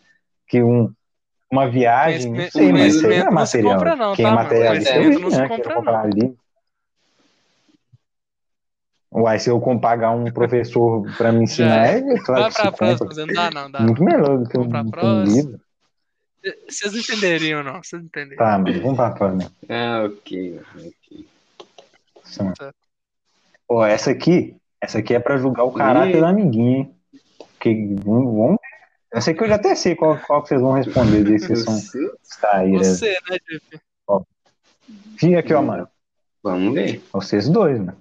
[SPEAKER 1] Que um, uma viagem, não
[SPEAKER 3] Conhecimento-
[SPEAKER 1] sei, mas isso aí não é
[SPEAKER 3] conhecimento não se
[SPEAKER 1] material.
[SPEAKER 3] compra não,
[SPEAKER 1] Quem
[SPEAKER 3] tá,
[SPEAKER 1] é
[SPEAKER 3] mano?
[SPEAKER 1] materialista é o
[SPEAKER 3] Conhecimento não
[SPEAKER 1] item,
[SPEAKER 3] se
[SPEAKER 1] né?
[SPEAKER 3] compra
[SPEAKER 1] Quer comprar livro. Uai, se eu com- pagar um professor pra me ensinar,
[SPEAKER 3] Já
[SPEAKER 1] é claro
[SPEAKER 3] Vai
[SPEAKER 1] que se
[SPEAKER 3] pra
[SPEAKER 1] compra.
[SPEAKER 3] próxima, Zé. não dá, não, dá.
[SPEAKER 1] Muito melhor do que um,
[SPEAKER 3] Vamos pra
[SPEAKER 1] que um
[SPEAKER 3] próxima.
[SPEAKER 1] livro.
[SPEAKER 3] Vocês não entenderiam, não. Vocês não entenderiam.
[SPEAKER 1] Tá, mano, vamos pra próxima.
[SPEAKER 2] Ah, ok. ok.
[SPEAKER 1] Sim. Ó, essa aqui Essa aqui é pra julgar o caráter
[SPEAKER 2] Ih.
[SPEAKER 1] da amiguinha, hein? Porque vamos, vamos ver. Eu sei que eu já até sei qual, qual que vocês vão responder desse vocês são
[SPEAKER 2] Você-
[SPEAKER 1] saíras.
[SPEAKER 3] Você, né, Jeff?
[SPEAKER 1] Finge aqui, ó, mano.
[SPEAKER 2] Vamos ver.
[SPEAKER 1] Vocês dois, mano.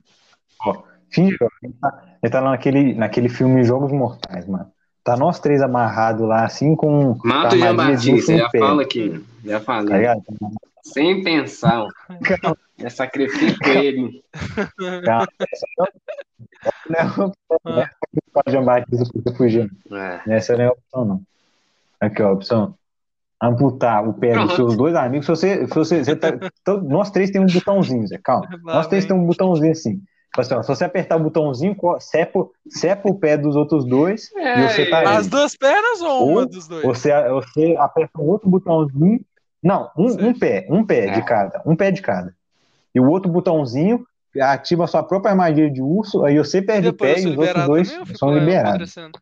[SPEAKER 1] Ó, finge, ó. Ele tá, ele tá lá naquele, naquele filme Jogos Mortais, mano. Tá nós três amarrados lá, assim, com
[SPEAKER 2] Mato e
[SPEAKER 1] com a
[SPEAKER 2] já
[SPEAKER 1] armadilha de
[SPEAKER 2] bati,
[SPEAKER 1] urso
[SPEAKER 2] você
[SPEAKER 1] em
[SPEAKER 2] já
[SPEAKER 1] pé,
[SPEAKER 2] fala aqui. Já
[SPEAKER 1] Tá
[SPEAKER 2] falei.
[SPEAKER 1] ligado?
[SPEAKER 2] Sem pensar. ó. Já sacrifico ele.
[SPEAKER 1] Não é uma opção, né? Pode amar que isso fica fugindo.
[SPEAKER 2] Ah,
[SPEAKER 1] Essa não é a opção, não. Aqui, ó, a opção. Amputar o pé dos
[SPEAKER 2] Pronto.
[SPEAKER 1] seus dois amigos. Se você, se você, você tá- to- nós três temos um botãozinho, Zé. Calma.
[SPEAKER 3] Lá
[SPEAKER 1] nós três
[SPEAKER 3] vem.
[SPEAKER 1] temos um botãozinho assim. Fala assim, ó, se você apertar o botãozinho, co- sepa, o- sepa o pé dos outros dois
[SPEAKER 2] É,
[SPEAKER 1] e você tá
[SPEAKER 2] mas
[SPEAKER 3] As
[SPEAKER 1] aí.
[SPEAKER 3] duas pernas ou uma
[SPEAKER 1] Ou
[SPEAKER 3] dos dois?
[SPEAKER 1] Você, você aperta um outro botãozinho. Não, um, um pé, um pé de
[SPEAKER 2] É.
[SPEAKER 1] cada. Um pé de cada. E o outro botãozinho ativa a sua própria armadilha é de urso, aí você
[SPEAKER 3] E
[SPEAKER 1] perde o
[SPEAKER 3] depois
[SPEAKER 1] pé
[SPEAKER 3] eu
[SPEAKER 1] e
[SPEAKER 3] sou
[SPEAKER 1] os outros
[SPEAKER 3] liberado
[SPEAKER 1] dois
[SPEAKER 3] também ou fico é,
[SPEAKER 1] são
[SPEAKER 3] lá
[SPEAKER 1] liberados.
[SPEAKER 3] apodrecendo?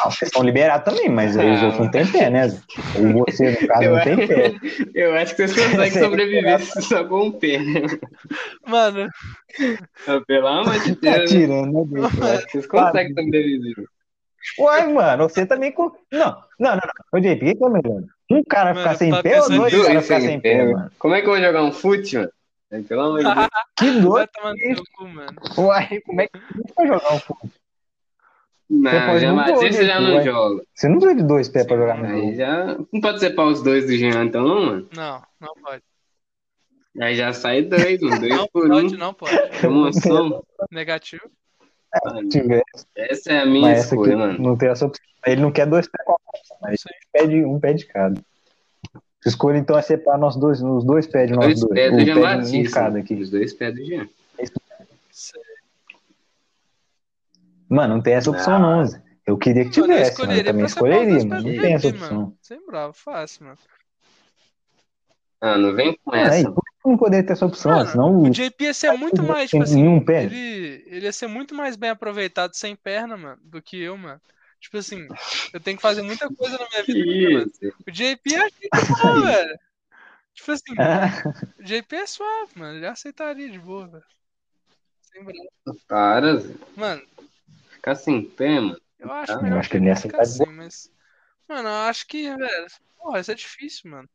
[SPEAKER 1] Ah, vocês estão liberados também, mas aí os
[SPEAKER 2] Ah.
[SPEAKER 1] outros não tem pé, né? Zé? Ou você, no caso,
[SPEAKER 2] Eu
[SPEAKER 1] não tem pé.
[SPEAKER 2] eu acho que vocês
[SPEAKER 1] É.
[SPEAKER 2] conseguem sobreviver se só com um pé, né?
[SPEAKER 3] Mano,
[SPEAKER 2] Pelo amor de
[SPEAKER 1] Tá
[SPEAKER 2] Deus.
[SPEAKER 1] tirando, né, Deus?
[SPEAKER 2] Eu acho que vocês conseguem sobreviver.
[SPEAKER 1] Uai, mano, você também. Com... Não, não, não, não. Ô, JP, o que que é melhor? Um cara
[SPEAKER 3] Mano,
[SPEAKER 1] ficar sem
[SPEAKER 3] tá
[SPEAKER 1] pé ou
[SPEAKER 3] pensando
[SPEAKER 1] dois
[SPEAKER 2] em
[SPEAKER 1] caras
[SPEAKER 2] dois
[SPEAKER 1] ficar
[SPEAKER 2] sem
[SPEAKER 1] sem
[SPEAKER 2] pé,
[SPEAKER 1] pé,
[SPEAKER 2] né?
[SPEAKER 1] mano?
[SPEAKER 2] Como é que eu vou jogar um fute, mano? Pelo amor de Deus.
[SPEAKER 1] Que
[SPEAKER 3] vai
[SPEAKER 1] doido.
[SPEAKER 3] tomar no seu cu, mano.
[SPEAKER 1] Uai, como é que você vai jogar um futebol?
[SPEAKER 2] Não,
[SPEAKER 1] pode
[SPEAKER 2] já,
[SPEAKER 1] não
[SPEAKER 2] mas
[SPEAKER 1] pôr,
[SPEAKER 2] esse
[SPEAKER 1] né,
[SPEAKER 2] já
[SPEAKER 1] tu
[SPEAKER 2] não
[SPEAKER 1] vai-
[SPEAKER 2] joga.
[SPEAKER 1] Você não precisa de dois pés pra jogar né? no
[SPEAKER 2] Aí
[SPEAKER 1] jogo.
[SPEAKER 2] já. Não pode separar os dois do Jean, então, não, mano.
[SPEAKER 3] Não, não pode.
[SPEAKER 2] Aí já sai dois, mano. Dois
[SPEAKER 3] Não
[SPEAKER 2] por
[SPEAKER 3] pode,
[SPEAKER 2] um.
[SPEAKER 3] não pode.
[SPEAKER 2] Promoção.
[SPEAKER 3] Negativo.
[SPEAKER 1] Se tiver,
[SPEAKER 2] Essa é a minha
[SPEAKER 1] mas essa aqui
[SPEAKER 2] escolha, mano.
[SPEAKER 1] não tem essa opção. Ele não quer dois pés com a força, mas
[SPEAKER 3] Sim.
[SPEAKER 1] um pé de, um pé de cada. Sua escolha, então, é separar nós dois, os dois pés de nós
[SPEAKER 2] Dois
[SPEAKER 1] dois.
[SPEAKER 2] pés
[SPEAKER 1] o
[SPEAKER 2] do Jean
[SPEAKER 1] pé de um de
[SPEAKER 2] Batista.
[SPEAKER 1] cada aqui.
[SPEAKER 2] Os dois pés do Jean.
[SPEAKER 1] Mano, não tem essa opção, não, Zé. Eu queria que
[SPEAKER 3] Mano, eu
[SPEAKER 1] tivesse, mano. Eu
[SPEAKER 3] escolheria
[SPEAKER 1] também
[SPEAKER 3] pra separar os dois
[SPEAKER 1] escolheria, mas
[SPEAKER 3] pés
[SPEAKER 1] não
[SPEAKER 3] do
[SPEAKER 1] tem essa
[SPEAKER 3] JP, mano.
[SPEAKER 1] opção.
[SPEAKER 3] Sem bravo, fácil, mano.
[SPEAKER 2] Ah, não vem com
[SPEAKER 1] Aí,
[SPEAKER 2] essa.
[SPEAKER 1] por que não poderia ter essa opção?
[SPEAKER 3] Mano,
[SPEAKER 1] senão
[SPEAKER 3] O JP ia ser muito mais, tipo assim,
[SPEAKER 1] nenhum pé.
[SPEAKER 3] ele, ele ia ser muito mais bem aproveitado sem perna, mano, do que eu, mano. Tipo assim, eu tenho que fazer muita coisa na minha vida, ainda, mano.
[SPEAKER 2] Isso.
[SPEAKER 3] O JP é gente boa, velho. Tipo assim,
[SPEAKER 1] Ah,
[SPEAKER 3] o JP é suave, mano. Ele aceitaria de boa, velho. Sem bravo.
[SPEAKER 2] Para, Zé.
[SPEAKER 3] Mano,
[SPEAKER 2] Ficar sem pé, mano.
[SPEAKER 3] eu acho
[SPEAKER 2] Eu
[SPEAKER 3] melhor
[SPEAKER 1] Ah, acho que ele ia
[SPEAKER 3] ficar
[SPEAKER 1] aceitar de
[SPEAKER 3] assim, mas. Mano, eu acho que, velho. Porra, isso é difícil, mano.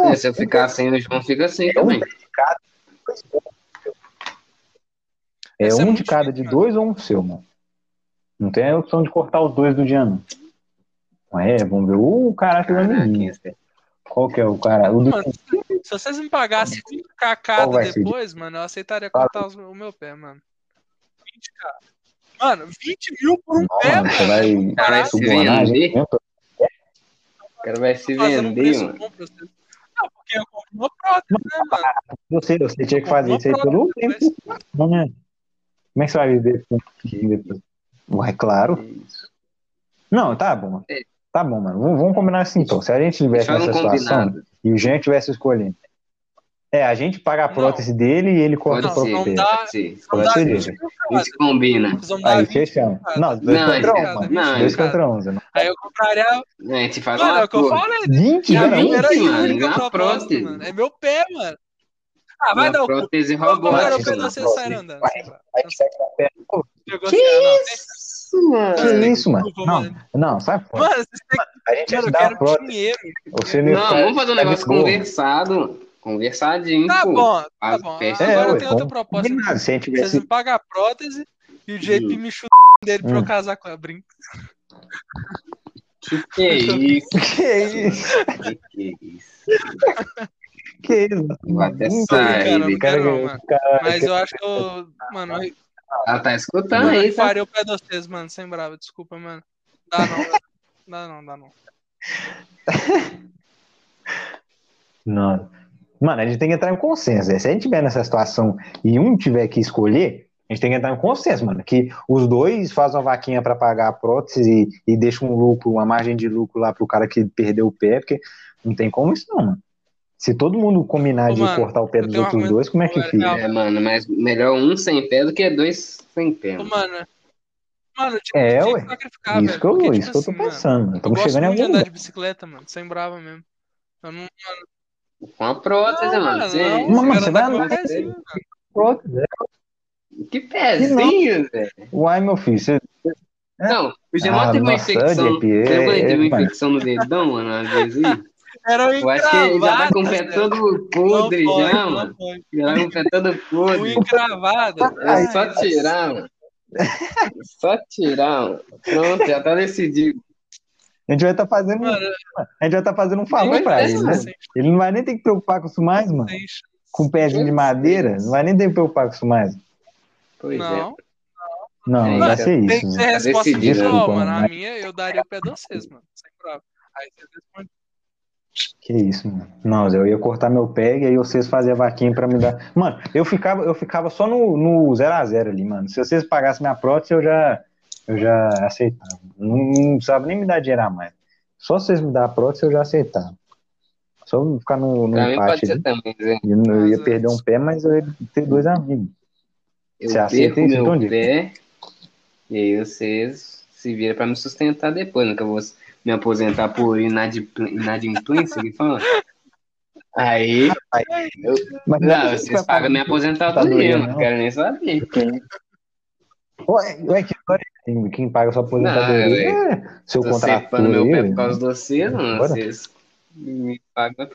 [SPEAKER 2] É, se eu ficar sem, o João fica sem também.
[SPEAKER 1] é
[SPEAKER 3] Essa é
[SPEAKER 1] um
[SPEAKER 3] muito
[SPEAKER 1] de cada, de
[SPEAKER 3] difícil,
[SPEAKER 1] dois ou um seu, mano. Não tem a opção de cortar os dois do Diano. É, vamos ver. Uh, o caráter do
[SPEAKER 2] Caraca,
[SPEAKER 1] amiguinho.
[SPEAKER 2] esse é-
[SPEAKER 1] Qual que é o cara? O do
[SPEAKER 3] Mano, se vocês me pagassem 20k
[SPEAKER 1] Qual
[SPEAKER 3] cada
[SPEAKER 1] vai ser?
[SPEAKER 3] depois, mano, eu aceitaria cortar os- o meu pé, mano. 20k. Mano, 20 mil por um pé,
[SPEAKER 1] mano, você vai
[SPEAKER 2] Caralho, se
[SPEAKER 1] subornar a gente. né?
[SPEAKER 2] O cara vai se
[SPEAKER 3] mano, fazendo um
[SPEAKER 2] vender,
[SPEAKER 3] preço
[SPEAKER 2] mano.
[SPEAKER 3] bom pra vocês. Não, porque eu compro uma prótese, né, mano?
[SPEAKER 1] Você, você tinha que fazer isso aí pelo tempo,
[SPEAKER 3] Mas-
[SPEAKER 1] não, né? Como é que você vai viver com depois? Ué, claro.
[SPEAKER 2] Isso.
[SPEAKER 1] Não, tá bom.
[SPEAKER 2] É.
[SPEAKER 1] Tá bom, mano. Vamos, vamos combinar assim, então. Se a gente tivesse
[SPEAKER 2] Só
[SPEAKER 1] nessa
[SPEAKER 2] não
[SPEAKER 1] situação
[SPEAKER 2] combinado.
[SPEAKER 1] e o Jean tivesse escolhendo. É, a gente paga a
[SPEAKER 3] Não.
[SPEAKER 1] prótese dele e ele corta
[SPEAKER 2] Pode
[SPEAKER 1] o
[SPEAKER 2] ser,
[SPEAKER 1] próprio pé.
[SPEAKER 3] dá.
[SPEAKER 2] pode ser.
[SPEAKER 3] Não
[SPEAKER 1] Pode
[SPEAKER 3] dá
[SPEAKER 1] ser,
[SPEAKER 3] 20
[SPEAKER 1] gente.
[SPEAKER 3] mil
[SPEAKER 2] A
[SPEAKER 3] cada.
[SPEAKER 2] gente combina.
[SPEAKER 3] Vocês vão me dar
[SPEAKER 1] Aí
[SPEAKER 3] 20
[SPEAKER 1] fechamos.
[SPEAKER 3] cada.
[SPEAKER 1] Não, dois
[SPEAKER 2] Não,
[SPEAKER 1] contra um,
[SPEAKER 3] cara,
[SPEAKER 1] mano.
[SPEAKER 2] não,
[SPEAKER 1] dois
[SPEAKER 3] cara.
[SPEAKER 1] contra um, Zé.
[SPEAKER 3] Aí eu compraria.
[SPEAKER 2] A gente faz
[SPEAKER 3] Mano, é
[SPEAKER 2] uma
[SPEAKER 3] o que eu
[SPEAKER 2] cor.
[SPEAKER 3] falei.
[SPEAKER 1] 20,
[SPEAKER 3] Já
[SPEAKER 2] Não,
[SPEAKER 1] né?
[SPEAKER 3] vi, era
[SPEAKER 2] mano,
[SPEAKER 3] eu
[SPEAKER 2] não é
[SPEAKER 3] comprar
[SPEAKER 2] uma
[SPEAKER 3] uma prótese,
[SPEAKER 2] prótese.
[SPEAKER 3] mano. É meu pé, mano. Ah, vai
[SPEAKER 2] Uma
[SPEAKER 3] dar o cu.
[SPEAKER 2] prótese
[SPEAKER 3] Agora
[SPEAKER 1] Vai,
[SPEAKER 3] eu
[SPEAKER 2] robótica.
[SPEAKER 3] pegar
[SPEAKER 2] mano.
[SPEAKER 3] você sair andando.
[SPEAKER 1] Vai,
[SPEAKER 3] sei lá.
[SPEAKER 1] Aí a gente vai pra perna. Pô,
[SPEAKER 3] Negócio-
[SPEAKER 2] Que
[SPEAKER 3] ah, não,
[SPEAKER 2] isso, mano?
[SPEAKER 1] Que é isso, mano?
[SPEAKER 3] Desculpa,
[SPEAKER 1] Não,
[SPEAKER 3] mano.
[SPEAKER 1] não, sai fora.
[SPEAKER 3] Mano, vocês têm
[SPEAKER 1] A gente
[SPEAKER 3] que.
[SPEAKER 1] ia
[SPEAKER 3] Mano,
[SPEAKER 1] te
[SPEAKER 3] eu
[SPEAKER 1] dar a
[SPEAKER 3] quero
[SPEAKER 1] prótese.
[SPEAKER 3] dinheiro.
[SPEAKER 1] Você não ia
[SPEAKER 2] Não,
[SPEAKER 1] ficar-
[SPEAKER 2] vamos fazer um
[SPEAKER 1] Tá de
[SPEAKER 2] negócio
[SPEAKER 1] boa.
[SPEAKER 2] conversado. mano. Conversadinho,
[SPEAKER 3] Tá
[SPEAKER 2] pô.
[SPEAKER 3] bom, tá
[SPEAKER 2] As
[SPEAKER 3] bom.
[SPEAKER 2] peças-
[SPEAKER 1] É,
[SPEAKER 3] Agora
[SPEAKER 1] ué,
[SPEAKER 3] eu tenho outra
[SPEAKER 1] vamos
[SPEAKER 3] proposta.
[SPEAKER 1] combinar. Se a gente
[SPEAKER 3] Vocês
[SPEAKER 1] tivesse.
[SPEAKER 3] me pagam a prótese e o JP me chuta dele pra eu
[SPEAKER 1] Hum.
[SPEAKER 3] casar com a brinca.
[SPEAKER 2] Que que é isso?
[SPEAKER 1] Que é isso?
[SPEAKER 2] Que que é isso?
[SPEAKER 1] Que isso?
[SPEAKER 2] Vai até
[SPEAKER 1] Hum,
[SPEAKER 2] sair,
[SPEAKER 3] cara,
[SPEAKER 1] cara,
[SPEAKER 3] não quero não, mano.
[SPEAKER 1] cara,
[SPEAKER 3] Mas eu acho que eu. Mano, eu
[SPEAKER 2] Ela tá escutando aí, tá?
[SPEAKER 3] parei o pé de vocês, mano, sem brava, desculpa, mano. Dá não, velho. dá não, dá não.
[SPEAKER 1] Não. Mano, a gente tem que entrar em consenso. né? Se a gente tiver nessa situação e um tiver que escolher, a gente tem que entrar em consenso, mano. Que os dois fazem uma vaquinha pra pagar a prótese e, e deixam um lucro, uma margem de lucro lá pro cara que perdeu o pé, porque não tem como isso, não, mano. Se todo mundo combinar
[SPEAKER 3] Ô,
[SPEAKER 1] de
[SPEAKER 3] mano,
[SPEAKER 1] cortar o pé
[SPEAKER 3] eu
[SPEAKER 1] dos
[SPEAKER 3] tenho um
[SPEAKER 1] outros
[SPEAKER 3] argumento
[SPEAKER 1] dois, como é que
[SPEAKER 3] agora,
[SPEAKER 1] fica?
[SPEAKER 3] calma.
[SPEAKER 2] É, mano, mas melhor um sem pé do que dois sem pé.
[SPEAKER 3] Ô,
[SPEAKER 2] mano.
[SPEAKER 3] Mano, mano, eu tinha,
[SPEAKER 1] É,
[SPEAKER 3] tinha
[SPEAKER 1] ué.
[SPEAKER 3] que sacrificar,
[SPEAKER 1] Isso
[SPEAKER 3] velho.
[SPEAKER 1] que eu,
[SPEAKER 3] porque,
[SPEAKER 1] isso que
[SPEAKER 3] tipo
[SPEAKER 1] eu tô
[SPEAKER 3] assim, mano,
[SPEAKER 1] pensando, mano.
[SPEAKER 3] Eu
[SPEAKER 1] Estamos
[SPEAKER 3] gosto
[SPEAKER 1] chegando é em
[SPEAKER 3] muito de
[SPEAKER 1] algum
[SPEAKER 3] andar
[SPEAKER 1] lugar.
[SPEAKER 3] de bicicleta, mano, sem brava mesmo. Eu não.
[SPEAKER 2] Com a prótese,
[SPEAKER 3] não,
[SPEAKER 2] mano.
[SPEAKER 3] mano,
[SPEAKER 2] Você- é
[SPEAKER 3] não, tá
[SPEAKER 1] Mano,
[SPEAKER 3] eu quero
[SPEAKER 1] você
[SPEAKER 3] andar
[SPEAKER 1] vai
[SPEAKER 3] com meu
[SPEAKER 1] andar de
[SPEAKER 3] pezinho, mano.
[SPEAKER 2] Que pezinho, velho.
[SPEAKER 1] né? Uai, meu filho, você
[SPEAKER 2] Não, o Gemota
[SPEAKER 1] Ah,
[SPEAKER 2] teve uma
[SPEAKER 1] nossa,
[SPEAKER 2] infecção.
[SPEAKER 1] GP,
[SPEAKER 2] Você lembra que teve
[SPEAKER 1] é,
[SPEAKER 2] uma infecção no dedão, mano, às vezes?
[SPEAKER 3] Era o
[SPEAKER 2] Eu acho que ele já vai
[SPEAKER 3] encravado,
[SPEAKER 2] com o pé
[SPEAKER 3] velho.
[SPEAKER 2] todo
[SPEAKER 3] né? Não
[SPEAKER 2] podre
[SPEAKER 3] pode,
[SPEAKER 2] já,
[SPEAKER 3] não
[SPEAKER 2] mano.
[SPEAKER 3] pode.
[SPEAKER 2] Já vai com o pé todo
[SPEAKER 3] O
[SPEAKER 2] podre.
[SPEAKER 3] encravado.
[SPEAKER 2] É só
[SPEAKER 3] Ai,
[SPEAKER 2] tirar, mano. É Só tirar, mano. Pronto, já tá decidido.
[SPEAKER 1] A gente vai estar fazendo,
[SPEAKER 3] Mano,
[SPEAKER 1] a gente vai tá fazendo um
[SPEAKER 2] Mas
[SPEAKER 1] favor pra
[SPEAKER 2] é,
[SPEAKER 1] ele, né?
[SPEAKER 2] mano.
[SPEAKER 3] sem
[SPEAKER 1] Ele não vai nem ter que preocupar com isso mais, mano.
[SPEAKER 3] chance.
[SPEAKER 1] Com um pezinho de madeira, não vai nem ter que preocupar com isso mais.
[SPEAKER 2] Pois é.
[SPEAKER 3] Não,
[SPEAKER 1] Não,
[SPEAKER 2] É,
[SPEAKER 1] não vai ser
[SPEAKER 2] cara,
[SPEAKER 3] tem
[SPEAKER 1] isso.
[SPEAKER 3] que
[SPEAKER 1] né?
[SPEAKER 3] ser resposta
[SPEAKER 2] decidido,
[SPEAKER 3] individual,
[SPEAKER 1] né?
[SPEAKER 3] mano. A minha, eu daria o pé vocês, mano. Sem prova. Aí você responde.
[SPEAKER 1] Que isso, mano. Não, Zé, eu ia cortar meu pé e aí vocês faziam a vaquinha pra me dar. Mano, eu ficava, eu ficava só no, no 0x0 ali, mano. Se vocês pagassem minha prótese, eu já, eu já aceitava. Não, não precisava nem me dar dinheiro a mais. Só se vocês me dar a prótese, eu já aceitava. Só ficar no, no
[SPEAKER 2] Pra mim pode
[SPEAKER 1] empate
[SPEAKER 2] ser é
[SPEAKER 1] ali.
[SPEAKER 2] também, Zé.
[SPEAKER 1] Eu, não- eu ia
[SPEAKER 3] Mas,
[SPEAKER 1] perder um pé, mas eu ia ter dois amigos.
[SPEAKER 2] Eu
[SPEAKER 1] Você aceita
[SPEAKER 2] perco
[SPEAKER 1] isso, então,
[SPEAKER 2] meu
[SPEAKER 1] Diego?
[SPEAKER 2] pé e aí vocês se viram pra me sustentar depois, né? Que eu vou me aposentar por inadimple- inadimplência, que fala. Aí,
[SPEAKER 1] Mas
[SPEAKER 2] não, vocês pagam minha aposentadoria, eu
[SPEAKER 1] Não.
[SPEAKER 2] não quero nem saber.
[SPEAKER 1] Ué, ué, que história é essa? Quem paga sua aposentadoria
[SPEAKER 2] Não,
[SPEAKER 1] é seu
[SPEAKER 2] Tô
[SPEAKER 1] contrato.
[SPEAKER 2] cepando meu pé por causa de vocês, mano.
[SPEAKER 1] Bora.
[SPEAKER 2] Vocês me pagam.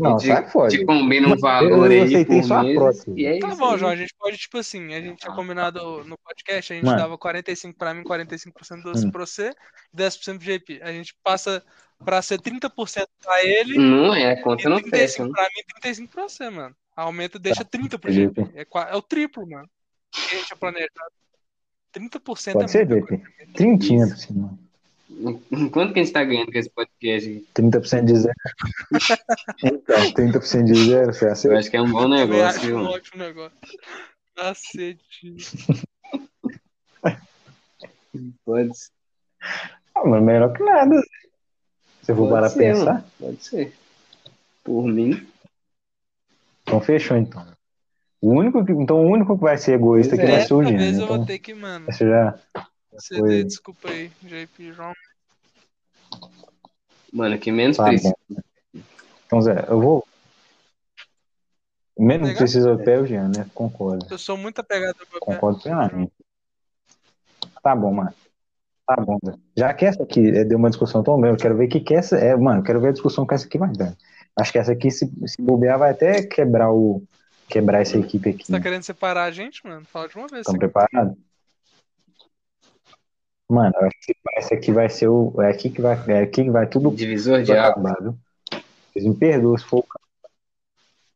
[SPEAKER 1] Não,
[SPEAKER 2] de-
[SPEAKER 1] sai fora.
[SPEAKER 2] Te combina um
[SPEAKER 1] Mas eu-
[SPEAKER 2] valor
[SPEAKER 1] eu
[SPEAKER 2] aí
[SPEAKER 1] aceitei
[SPEAKER 2] por
[SPEAKER 1] só a
[SPEAKER 2] mês.
[SPEAKER 1] prótese.
[SPEAKER 2] E é
[SPEAKER 3] Tá
[SPEAKER 2] isso.
[SPEAKER 3] bom,
[SPEAKER 2] aí.
[SPEAKER 3] João. A gente pode, tipo assim, a gente tinha combinado no podcast, a gente
[SPEAKER 1] Mano.
[SPEAKER 3] dava 45 pra mim, 45% do,
[SPEAKER 1] Hum.
[SPEAKER 3] pra você, 10% pro JP. A gente passa pra ser 30% pra
[SPEAKER 1] Hum,
[SPEAKER 3] ele
[SPEAKER 2] Não é, a
[SPEAKER 3] e
[SPEAKER 2] conta não
[SPEAKER 3] 35%
[SPEAKER 2] fecha, né?
[SPEAKER 3] pra mim e 35% pra você, mano. Aumenta, deixa
[SPEAKER 1] Tá,
[SPEAKER 3] 30% pro JP. É, qua- é o triplo, mano. O que a gente tinha planejado. 30% é
[SPEAKER 1] Pode ser,
[SPEAKER 3] muita
[SPEAKER 1] JP.
[SPEAKER 3] coisa.
[SPEAKER 1] Trintinha por cima.
[SPEAKER 2] Quanto que a gente tá ganhando com esse podcast? aqui?
[SPEAKER 1] 30% de zero. então, 30% de zero, você
[SPEAKER 2] Eu
[SPEAKER 1] aceita?
[SPEAKER 2] acho que é um bom
[SPEAKER 3] Também
[SPEAKER 2] negócio,
[SPEAKER 3] acho
[SPEAKER 2] viu?
[SPEAKER 3] um
[SPEAKER 2] mano?
[SPEAKER 3] ótimo negócio. Cacete.
[SPEAKER 2] Pode ser.
[SPEAKER 1] Ah, mano, melhor que nada. Se eu for
[SPEAKER 2] Pode
[SPEAKER 1] parar
[SPEAKER 2] ser,
[SPEAKER 1] pra pensar.
[SPEAKER 2] Pode ser. Por mim.
[SPEAKER 1] Então fechou, então. O único que, então o único que vai ser egoísta
[SPEAKER 2] Pois
[SPEAKER 1] aqui vai
[SPEAKER 2] é,
[SPEAKER 1] ser o
[SPEAKER 3] Dessa
[SPEAKER 1] Gênio.
[SPEAKER 3] vez eu
[SPEAKER 1] Então,
[SPEAKER 3] vou ter que, mano,
[SPEAKER 1] essa já...
[SPEAKER 3] ceder.
[SPEAKER 1] foi.
[SPEAKER 3] Desculpa aí, JP, João.
[SPEAKER 2] Mano, que menos
[SPEAKER 1] Tá
[SPEAKER 2] precisa.
[SPEAKER 1] Então, Zé, eu vou. Menos
[SPEAKER 3] Legal.
[SPEAKER 1] precisa do pé, o Jean, né? Concordo.
[SPEAKER 3] Eu sou muito apegado ao meu pé.
[SPEAKER 1] Concordo plenamente. Tá bom, mano. Tá bom, Zé. Já que essa aqui é, deu uma discussão tão grande, eu quero ver o que, que essa é. Mano, eu quero ver a discussão que essa aqui vai dar. Acho que essa aqui, se, se bobear, vai até quebrar o. Quebrar essa equipe aqui.
[SPEAKER 3] Você tá querendo separar a gente, mano? Fala de uma vez.
[SPEAKER 1] Estão
[SPEAKER 3] Você...
[SPEAKER 1] preparados? Mano, eu acho que essa aqui vai ser o. É aqui que vai, é aqui que vai tudo
[SPEAKER 2] Divisor de água.
[SPEAKER 1] acabar, viu? Vocês me perdoam se for o caso.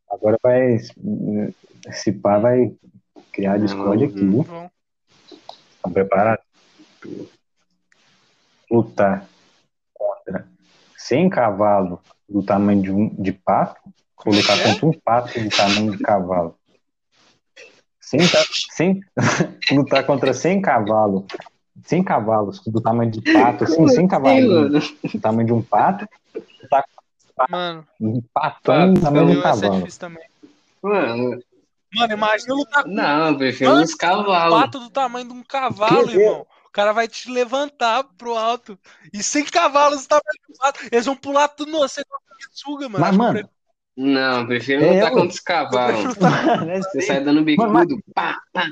[SPEAKER 1] Agora vai. Se pá, vai criar Discord aqui,
[SPEAKER 3] Hum,
[SPEAKER 1] viu?
[SPEAKER 3] bom.
[SPEAKER 1] Estão preparados? Lutar contra 100 cavalos do tamanho de um de pato, ou
[SPEAKER 3] Como é que
[SPEAKER 1] lutar
[SPEAKER 3] é?
[SPEAKER 1] contra um pato do tamanho de cavalo. 100, ca- 100 lutar contra 100 cavalos. 100 cavalos do tamanho de pato, assim, 100 cavalos
[SPEAKER 2] mano.
[SPEAKER 1] do tamanho de um pato,
[SPEAKER 3] Mano,
[SPEAKER 1] um patão do tamanho de
[SPEAKER 3] eu
[SPEAKER 1] um
[SPEAKER 3] ia ser
[SPEAKER 1] cavalo.
[SPEAKER 3] difícil também.
[SPEAKER 2] Mano,
[SPEAKER 3] Mano, imagina lutar com um
[SPEAKER 2] não, eu prefiro
[SPEAKER 3] Mano,
[SPEAKER 2] uns cavalos.
[SPEAKER 3] pato do tamanho de um cavalo,
[SPEAKER 1] Que
[SPEAKER 3] irmão. O cara vai te levantar pro alto. E sem cavalos do tamanho de um pato. Eles vão pular tudo no você com a suga, mano.
[SPEAKER 1] Mas,
[SPEAKER 3] Acho que eu
[SPEAKER 1] mano,
[SPEAKER 3] prefiro-
[SPEAKER 2] Não, eu prefiro
[SPEAKER 1] É,
[SPEAKER 2] lutar
[SPEAKER 1] eu-
[SPEAKER 2] contra os
[SPEAKER 3] eu prefiro
[SPEAKER 2] cavalos.
[SPEAKER 3] lutar
[SPEAKER 2] Você sai dando bicudo, pá, pá.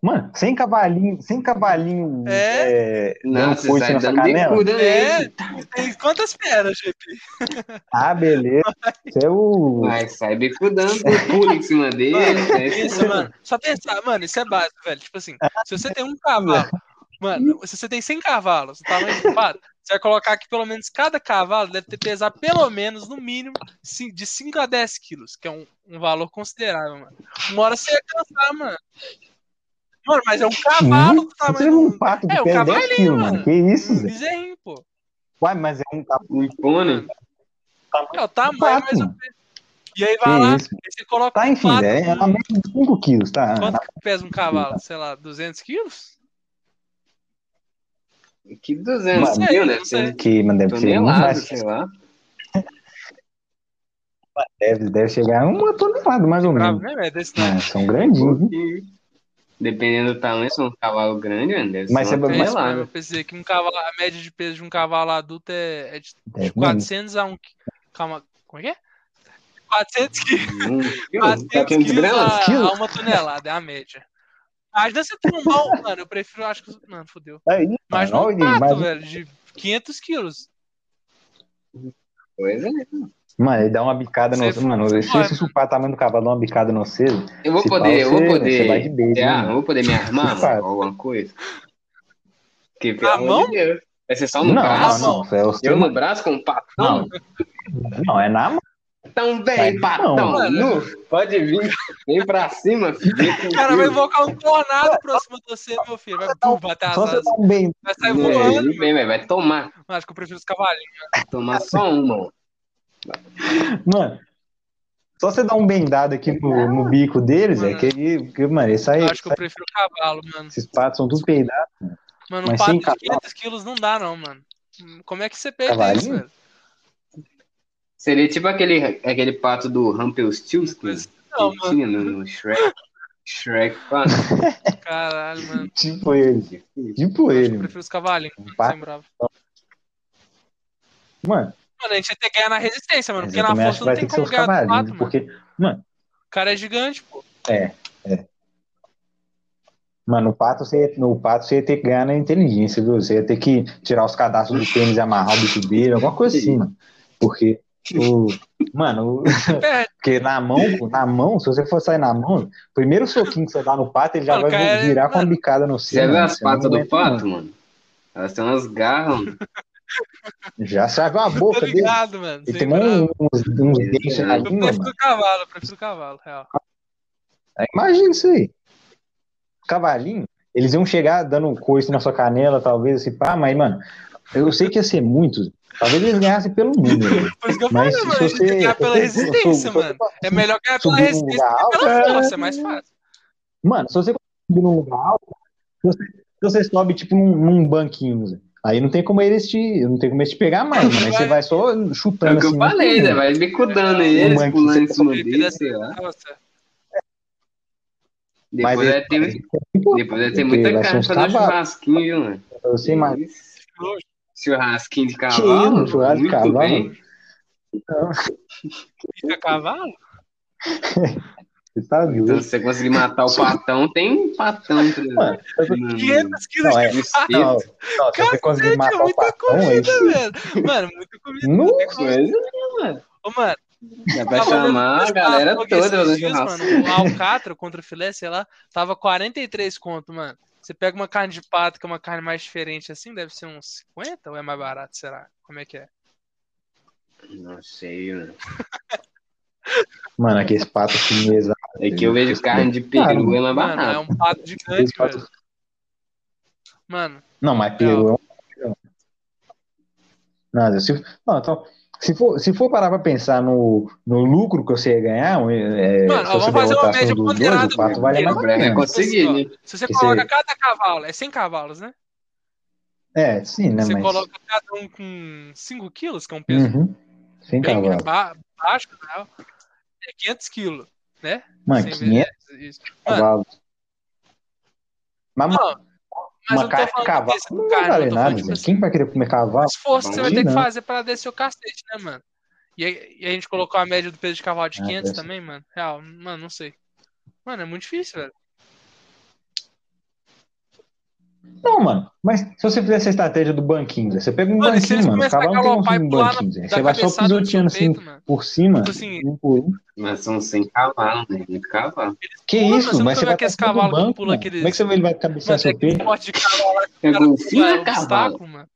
[SPEAKER 1] Mano, sem cavalinho, sem cavalinho é,
[SPEAKER 2] Não,
[SPEAKER 1] dando
[SPEAKER 2] você
[SPEAKER 1] coice
[SPEAKER 2] sai
[SPEAKER 1] na sua
[SPEAKER 2] dando
[SPEAKER 1] canela.
[SPEAKER 2] bicudo
[SPEAKER 3] É.
[SPEAKER 2] nele.
[SPEAKER 3] Tem quantas pernas, JP?
[SPEAKER 1] Ah, beleza. Você é o.
[SPEAKER 2] Mas sai bicudando, pula em cima dele. é
[SPEAKER 3] Isso, mano. Só pensar, mano, isso é básico, velho. Tipo assim, se você tem um cavalo, mano, se você tem 100 cavalos, o tamanho do pato, você vai colocar que pelo menos cada cavalo deve ter pesar pelo menos, no mínimo, cin- de 5 a 10 quilos, que é um, um valor considerável, mano. Uma hora você ia cansar, mano. Mano, mas é um cavalo do
[SPEAKER 1] Você
[SPEAKER 3] tamanho
[SPEAKER 1] é
[SPEAKER 3] do
[SPEAKER 1] um
[SPEAKER 3] um
[SPEAKER 1] pato que
[SPEAKER 3] É, o
[SPEAKER 1] pesa
[SPEAKER 3] cavalinho,
[SPEAKER 1] 10 quilos, mano.
[SPEAKER 3] mano.
[SPEAKER 1] Que isso, Zé?
[SPEAKER 3] bezerrinho, pô.
[SPEAKER 1] Uai, mas é um cavalo
[SPEAKER 2] Um pônei.
[SPEAKER 3] É o tamanho
[SPEAKER 1] Pato.
[SPEAKER 3] mais ou menos. E aí vai lá,
[SPEAKER 1] que
[SPEAKER 3] aí
[SPEAKER 1] isso.
[SPEAKER 3] você coloca
[SPEAKER 1] Tá,
[SPEAKER 3] um
[SPEAKER 1] enfim,
[SPEAKER 3] pato
[SPEAKER 1] é, é
[SPEAKER 3] com-
[SPEAKER 1] uma média de 5 quilos, tá?
[SPEAKER 3] Quanto que pesa um cavalo? Sei lá, 200 quilos?
[SPEAKER 2] Que 200
[SPEAKER 1] Mano,
[SPEAKER 2] mil, né?
[SPEAKER 3] não
[SPEAKER 2] deve
[SPEAKER 3] sei.
[SPEAKER 2] ser.
[SPEAKER 1] Que, mano, deve ser um, muito
[SPEAKER 2] Tonelada,
[SPEAKER 1] mais.
[SPEAKER 2] um sei lá.
[SPEAKER 1] Deve, deve chegar a uma tonelada, mais ou
[SPEAKER 3] Bravo
[SPEAKER 1] menos.
[SPEAKER 3] mesmo, é desse tamanho.
[SPEAKER 1] É, são grandinhos. viu?
[SPEAKER 2] Dependendo do tamanho, se é um cavalo grande, mano, deve ser
[SPEAKER 1] Mas
[SPEAKER 2] uma
[SPEAKER 1] você-
[SPEAKER 3] É
[SPEAKER 1] Vai
[SPEAKER 3] isso mesmo,
[SPEAKER 2] tonelada.
[SPEAKER 3] eu pensei que um cavalo, a média de peso de um cavalo adulto é, é de
[SPEAKER 1] Deve mesmo.
[SPEAKER 3] 400 a 1 qui- Calma, como é que é? 400 quilos,
[SPEAKER 2] Hum,
[SPEAKER 3] 400
[SPEAKER 2] 400
[SPEAKER 3] quilos
[SPEAKER 2] um gramas?
[SPEAKER 3] a,
[SPEAKER 1] Quilos?
[SPEAKER 3] a uma tonelada, é a média. Imagina se trombar um, mano. Eu prefiro, acho que. Mano, fodeu.
[SPEAKER 1] Aí,
[SPEAKER 3] Mas
[SPEAKER 1] mano,
[SPEAKER 3] não
[SPEAKER 1] olha,
[SPEAKER 3] um pato,
[SPEAKER 1] imagina-
[SPEAKER 3] velho, de 500 quilos.
[SPEAKER 2] Pois é.
[SPEAKER 1] Mano, ele dá uma bicada no.
[SPEAKER 3] Você-
[SPEAKER 1] Mano, se
[SPEAKER 3] Olha.
[SPEAKER 1] esse supatamento do cavalo dá uma bicada no cedo,
[SPEAKER 2] Eu vou
[SPEAKER 1] Se
[SPEAKER 2] poder,
[SPEAKER 1] pá,
[SPEAKER 2] eu vou
[SPEAKER 1] você-
[SPEAKER 2] poder.
[SPEAKER 1] você vai de beijo,
[SPEAKER 2] é,
[SPEAKER 1] né,
[SPEAKER 2] ah,
[SPEAKER 1] mano?
[SPEAKER 2] eu vou poder me armar,
[SPEAKER 1] Você
[SPEAKER 2] mano,
[SPEAKER 1] sabe.
[SPEAKER 2] ou alguma coisa. Porque,
[SPEAKER 3] Na
[SPEAKER 2] pelo amor de Deus, vai ser só
[SPEAKER 1] Não,
[SPEAKER 2] no
[SPEAKER 1] não,
[SPEAKER 2] braço.
[SPEAKER 1] não. Isso É o
[SPEAKER 2] Eu
[SPEAKER 1] seu...
[SPEAKER 2] no braço com um patão.
[SPEAKER 1] Não. não, é na mão.
[SPEAKER 2] Patão, velho,
[SPEAKER 1] Vai, não,
[SPEAKER 2] patão.
[SPEAKER 3] mano.
[SPEAKER 2] nu. Pode vir. Vem pra cima, filho. Vem com
[SPEAKER 3] Cara, vai
[SPEAKER 2] tudo.
[SPEAKER 3] invocar um tornado pra cima de você, meu filho. Vai bum, bater as
[SPEAKER 1] Só você
[SPEAKER 3] asas.
[SPEAKER 1] dá um bem.
[SPEAKER 3] Vai sair
[SPEAKER 2] Não,
[SPEAKER 3] voando.
[SPEAKER 2] ele vem, velho, vai tomar.
[SPEAKER 3] Mano, Acho que eu prefiro os cavalinhos.
[SPEAKER 2] Tomar só uma.
[SPEAKER 1] Mano. Só você dá um bendado aqui no, no bico deles, é que ele. que, Mano, isso aí.
[SPEAKER 3] Eu Acho que eu prefiro o cavalo, mano.
[SPEAKER 1] Esses patos são tudo peidados.
[SPEAKER 3] Mano, um
[SPEAKER 1] Mas
[SPEAKER 3] pato
[SPEAKER 1] sem
[SPEAKER 3] de
[SPEAKER 1] cavalo.
[SPEAKER 3] 500 quilos não dá, não, mano. Como é que você perde
[SPEAKER 1] Cavalinho?
[SPEAKER 3] isso, velho?
[SPEAKER 2] Seria tipo aquele, aquele pato do Rumpelstiltskin
[SPEAKER 3] Mas-
[SPEAKER 2] que
[SPEAKER 3] Não, mano.
[SPEAKER 2] tinha no, no Shrek. Shrek, pato.
[SPEAKER 3] Caralho, mano.
[SPEAKER 1] Tipo ele. Tipo
[SPEAKER 3] Eu Acho que eu
[SPEAKER 1] ele.
[SPEAKER 3] prefiro os cavalinhos. mano,
[SPEAKER 1] pato.
[SPEAKER 3] sem bravo.
[SPEAKER 1] Mano,
[SPEAKER 3] Mano, a gente ia ter que ganhar na resistência, mano.
[SPEAKER 1] mas
[SPEAKER 3] Porque
[SPEAKER 1] eu
[SPEAKER 3] na
[SPEAKER 1] também acho
[SPEAKER 3] força
[SPEAKER 1] que
[SPEAKER 3] não
[SPEAKER 1] vai ter
[SPEAKER 3] tem
[SPEAKER 1] que ser
[SPEAKER 3] como
[SPEAKER 1] os
[SPEAKER 3] ganhar do pato,
[SPEAKER 1] cavalinhos.
[SPEAKER 3] mano.
[SPEAKER 1] Porque, mano,
[SPEAKER 3] O cara é gigante, pô.
[SPEAKER 1] mano, o pato, você, no pato você ia ter que ganhar na inteligência, viu? Você ia ter que tirar os cadastros do tênis e amarrar o bico dele, alguma coisa assim, mano. Porque o. Mano, o-
[SPEAKER 3] Você perde.
[SPEAKER 1] porque na mão, pô, na mão, se você for sair na mão, primeiro soquinho que você dá no pato, ele já vai
[SPEAKER 3] Mano, cara,
[SPEAKER 1] virar com a
[SPEAKER 3] mano.
[SPEAKER 1] bicada no
[SPEAKER 2] Você
[SPEAKER 1] seu.
[SPEAKER 2] vê
[SPEAKER 1] mano.
[SPEAKER 2] as
[SPEAKER 1] Você não
[SPEAKER 2] patas do
[SPEAKER 1] aguenta, mano.
[SPEAKER 2] pato, mano? Elas têm umas garras, mano.
[SPEAKER 1] Já saiu a
[SPEAKER 3] Tá
[SPEAKER 1] boca dele.
[SPEAKER 3] ligado, mano.
[SPEAKER 1] Ele
[SPEAKER 3] sem
[SPEAKER 1] tem mais
[SPEAKER 3] bravo.
[SPEAKER 1] um- uns, uns dentes
[SPEAKER 2] Exato.
[SPEAKER 1] na
[SPEAKER 3] Eu
[SPEAKER 1] língua,
[SPEAKER 3] prefiro
[SPEAKER 1] mano.
[SPEAKER 3] o cavalo, eu prefiro o cavalo, real.
[SPEAKER 1] Aí Imagina isso aí. Cavalinho, eles iam chegar dando um coice na sua canela, talvez, assim, pá, mas, mano, eu sei que ia ser muitos. Talvez eles ganhassem pelo número.
[SPEAKER 3] Por isso que eu
[SPEAKER 1] Mas
[SPEAKER 3] falei,
[SPEAKER 1] se
[SPEAKER 3] mano, a gente
[SPEAKER 1] você-
[SPEAKER 3] tem que ganhar pela
[SPEAKER 1] você-
[SPEAKER 3] resistência,
[SPEAKER 1] se você-
[SPEAKER 3] mano. É melhor ganhar
[SPEAKER 1] subir
[SPEAKER 3] pela
[SPEAKER 1] num
[SPEAKER 3] resistência
[SPEAKER 1] lugar
[SPEAKER 3] do que pela
[SPEAKER 1] alto,
[SPEAKER 3] força, é
[SPEAKER 1] é-
[SPEAKER 3] mais fácil.
[SPEAKER 1] Mano, se você subir num lugar alto, se você, se você sobe, tipo, num, num banquinho, Zé, aí não tem como eles te, não tem como eles te pegar mais, mano. Aí você vai só
[SPEAKER 2] É
[SPEAKER 1] chutando
[SPEAKER 2] o que eu
[SPEAKER 1] assim.
[SPEAKER 2] falei,
[SPEAKER 1] um-
[SPEAKER 2] né? Vai bicudando
[SPEAKER 1] Um
[SPEAKER 2] eles,
[SPEAKER 1] monkey,
[SPEAKER 2] pulando em
[SPEAKER 1] você
[SPEAKER 2] cima
[SPEAKER 3] Ele
[SPEAKER 2] dele,
[SPEAKER 3] fizesse-
[SPEAKER 2] sei lá.
[SPEAKER 3] Nossa,
[SPEAKER 1] Mas é
[SPEAKER 2] Depois vai
[SPEAKER 1] ele-
[SPEAKER 2] ter, depois vai ter
[SPEAKER 1] Porque
[SPEAKER 2] muita
[SPEAKER 1] vai ser
[SPEAKER 2] cara de
[SPEAKER 1] uns
[SPEAKER 2] fazer um
[SPEAKER 1] cavalos.
[SPEAKER 2] churrasquinho, viu, mano?
[SPEAKER 1] Você imagina.
[SPEAKER 2] Isso.
[SPEAKER 3] que nojo.
[SPEAKER 2] Churrasquinho de
[SPEAKER 1] Que
[SPEAKER 2] cavalo?
[SPEAKER 1] isso, um churrasco de
[SPEAKER 2] muito
[SPEAKER 1] cavalo?
[SPEAKER 2] bem.
[SPEAKER 3] Isso é cavalo?
[SPEAKER 1] Você tá
[SPEAKER 2] Então,
[SPEAKER 1] doido.
[SPEAKER 2] se você conseguir matar o patão, tem um patão, Hum, por exemplo.
[SPEAKER 1] Mano, eu tô-
[SPEAKER 3] 500 quilos
[SPEAKER 1] Não,
[SPEAKER 3] de
[SPEAKER 1] é.
[SPEAKER 2] Desfeito.
[SPEAKER 1] Não, não, se Hum. você
[SPEAKER 3] Cacete, é
[SPEAKER 1] conseguir matar o é
[SPEAKER 3] muita
[SPEAKER 1] patão, aí.
[SPEAKER 3] comida, velho. Mano, muita comida.
[SPEAKER 1] Nossa,
[SPEAKER 2] Coisa,
[SPEAKER 3] Ô, mano,
[SPEAKER 2] dá pra
[SPEAKER 3] tava olhando
[SPEAKER 2] chamar a
[SPEAKER 3] pra
[SPEAKER 2] galera
[SPEAKER 3] Starbucks
[SPEAKER 2] toda
[SPEAKER 3] esses
[SPEAKER 2] pra fazer
[SPEAKER 3] dias,
[SPEAKER 2] churrasco.
[SPEAKER 3] mano, O alcatra contra o filé, sei lá, tava 43 conto, mano. Você pega uma carne de pato, que é uma carne mais diferente assim, deve ser uns 50 ou é mais barato, será? Como é que é?
[SPEAKER 2] Não sei, mano.
[SPEAKER 1] Mano, aqueles patos chinês lá.
[SPEAKER 2] É que eu vejo carne de peru, é mais
[SPEAKER 3] Mano, é
[SPEAKER 2] barato.
[SPEAKER 3] um pato gigante,
[SPEAKER 1] Aqueles
[SPEAKER 3] velho.
[SPEAKER 1] patos...
[SPEAKER 3] Mano,
[SPEAKER 1] Não, mas peru é um. Nada. Se... Não, então, se for, se for parar pra pensar no, no lucro que você ia ganhar, é,
[SPEAKER 3] Mano,
[SPEAKER 1] se
[SPEAKER 3] ó,
[SPEAKER 1] você
[SPEAKER 3] vamos fazer uma
[SPEAKER 1] derrotasse
[SPEAKER 3] média
[SPEAKER 1] um dos dois,
[SPEAKER 3] ponderada né?
[SPEAKER 1] o pato vale mais
[SPEAKER 2] O
[SPEAKER 1] a
[SPEAKER 2] problema é
[SPEAKER 1] pena.
[SPEAKER 2] conseguir, né?
[SPEAKER 3] se você
[SPEAKER 1] Que
[SPEAKER 3] coloca
[SPEAKER 1] você-
[SPEAKER 3] cada cavalo, é 100 cavalos, né?
[SPEAKER 1] É, sim, né?
[SPEAKER 3] você
[SPEAKER 1] mas.
[SPEAKER 3] coloca cada um com 5 quilos, que é um peso
[SPEAKER 1] Uhum. Sem
[SPEAKER 3] bem
[SPEAKER 1] cavalo.
[SPEAKER 3] ba- baixo, né? É 500 quilos, né?
[SPEAKER 1] Mano,
[SPEAKER 3] Sem
[SPEAKER 1] 500
[SPEAKER 3] ver- isso. Mano,
[SPEAKER 1] cavalos. Mas,
[SPEAKER 3] Não, mas
[SPEAKER 1] uma
[SPEAKER 3] eu tô
[SPEAKER 1] carne
[SPEAKER 3] falando
[SPEAKER 1] de cavalo
[SPEAKER 3] desse
[SPEAKER 1] não vai
[SPEAKER 3] carne, eu
[SPEAKER 1] valer
[SPEAKER 3] tô
[SPEAKER 1] nada,
[SPEAKER 3] falando, tipo
[SPEAKER 1] Zé.
[SPEAKER 3] assim,
[SPEAKER 1] Quem vai querer comer cavalo?
[SPEAKER 3] esforço que você vai ter que
[SPEAKER 1] Imagina.
[SPEAKER 3] fazer pra descer o cacete, né, mano? E, aí- e a gente colocou a média do peso de cavalo de
[SPEAKER 1] Ah,
[SPEAKER 3] 500
[SPEAKER 1] deve ser.
[SPEAKER 3] também, mano. Real, mano, não sei. Mano, é muito difícil, velho.
[SPEAKER 1] Não, mano. Mas se você fizer essa estratégia do banquinho, Zé, você pega um
[SPEAKER 3] Mano, e se eles
[SPEAKER 1] banquinho, mano. O
[SPEAKER 3] começarem a
[SPEAKER 1] cavalo não tem como
[SPEAKER 3] galopar e
[SPEAKER 1] subir um
[SPEAKER 3] pular na-
[SPEAKER 1] banquinho, Zé.
[SPEAKER 3] Dá
[SPEAKER 1] Você vai só
[SPEAKER 3] cabeçada no seu
[SPEAKER 1] pisoteando assim
[SPEAKER 3] peito, mano.
[SPEAKER 1] por cima.
[SPEAKER 3] Tipo assim,
[SPEAKER 1] um por um.
[SPEAKER 2] Mas são sem cavalo, né? Muito cavalo.
[SPEAKER 1] Que
[SPEAKER 3] Pula,
[SPEAKER 1] isso?
[SPEAKER 3] você
[SPEAKER 1] Mas
[SPEAKER 3] nunca
[SPEAKER 1] você
[SPEAKER 3] viu
[SPEAKER 1] vai
[SPEAKER 3] aqueles
[SPEAKER 1] pra cima do
[SPEAKER 3] cavalos que
[SPEAKER 1] banco,
[SPEAKER 3] pula
[SPEAKER 1] mano.
[SPEAKER 3] aqueles-
[SPEAKER 1] Como é que você vai- ele vai cabeçar
[SPEAKER 3] Mano, é
[SPEAKER 1] seu
[SPEAKER 3] aquele
[SPEAKER 1] peito?
[SPEAKER 3] esporte de cavalo lá que o
[SPEAKER 2] É
[SPEAKER 3] cara
[SPEAKER 2] golfinho
[SPEAKER 3] pula
[SPEAKER 2] é
[SPEAKER 3] o
[SPEAKER 2] cavalo.
[SPEAKER 3] obstáculo, mano.